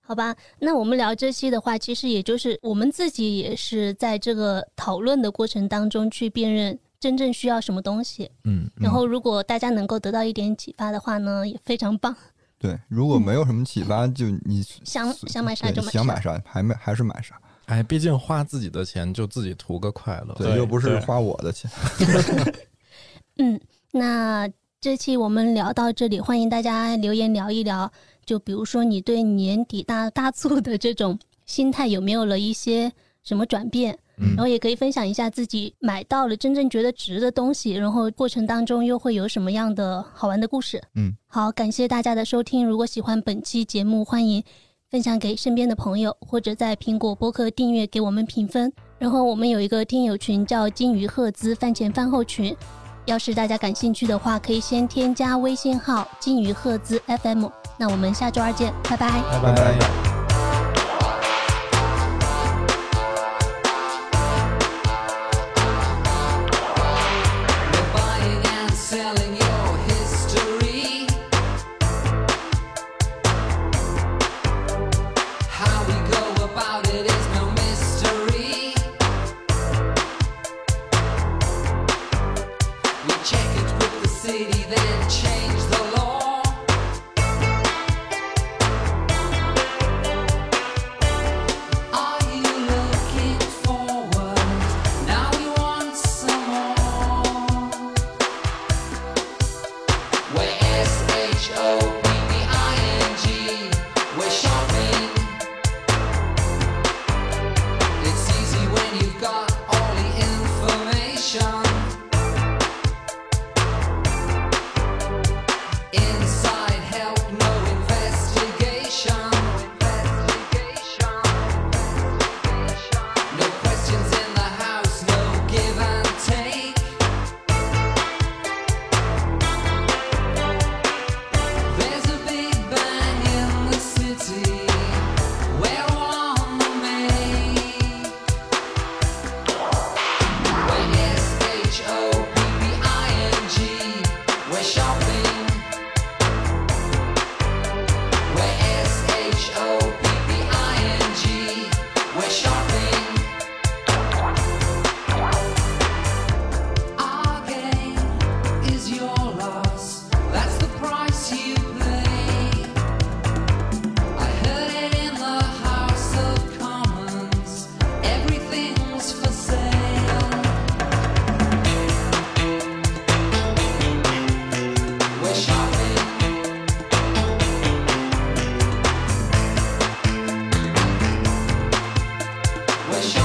D: 好吧？那我们聊这期的话，其实也就是我们自己也是在这个讨论的过程当中去辨认真正需要什么东西。
B: 嗯，
D: 然后，如果大家能够得到一点启发的话呢，也非常棒。
A: 对，如果没有什么启发，就你
D: 想
A: 随
D: 想买啥
A: 对
D: 就买
A: 想
D: 啥
A: 买啥还买还是买啥，
B: 哎，毕竟花自己的钱就自己图个快乐。
A: 对，又不是花我的钱。
D: 嗯，那这期我们聊到这里，欢迎大家留言聊一聊，就比如说你对年底大大促的这种心态有没有了一些什么转变？
B: 嗯
D: 然后也可以分享一下自己买到了真正觉得值的东西，然后过程当中又会有什么样的好玩的故事。
A: 嗯，
D: 好，感谢大家的收听。如果喜欢本期节目，欢迎分享给身边的朋友，或者在苹果播客订阅给我们评分。然后我们有一个听友群叫“金鱼赫兹饭前饭后群”，要是大家感兴趣的话，可以先添加微信号“金鱼赫兹 FM”。那我们下周二见，拜拜。
A: 拜拜。
L: Buying and selling your history. How we go about it is no mystery. We check it with the city, then change the law. Are you looking forward? Now you want some more. We're S-H-O-P-P-I-N-G. We're shopping. It's easy when you've got all the information.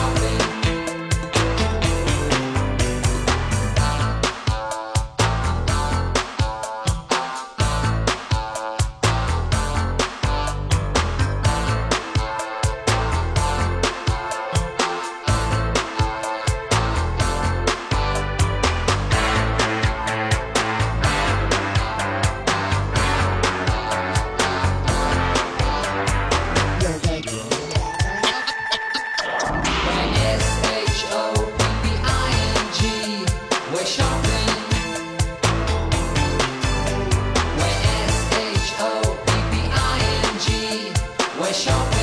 M: shopping. S-H-O-P-P-I-N-G. We're shopping. We're S-H-O-P-P-I-N-G. We're shopping.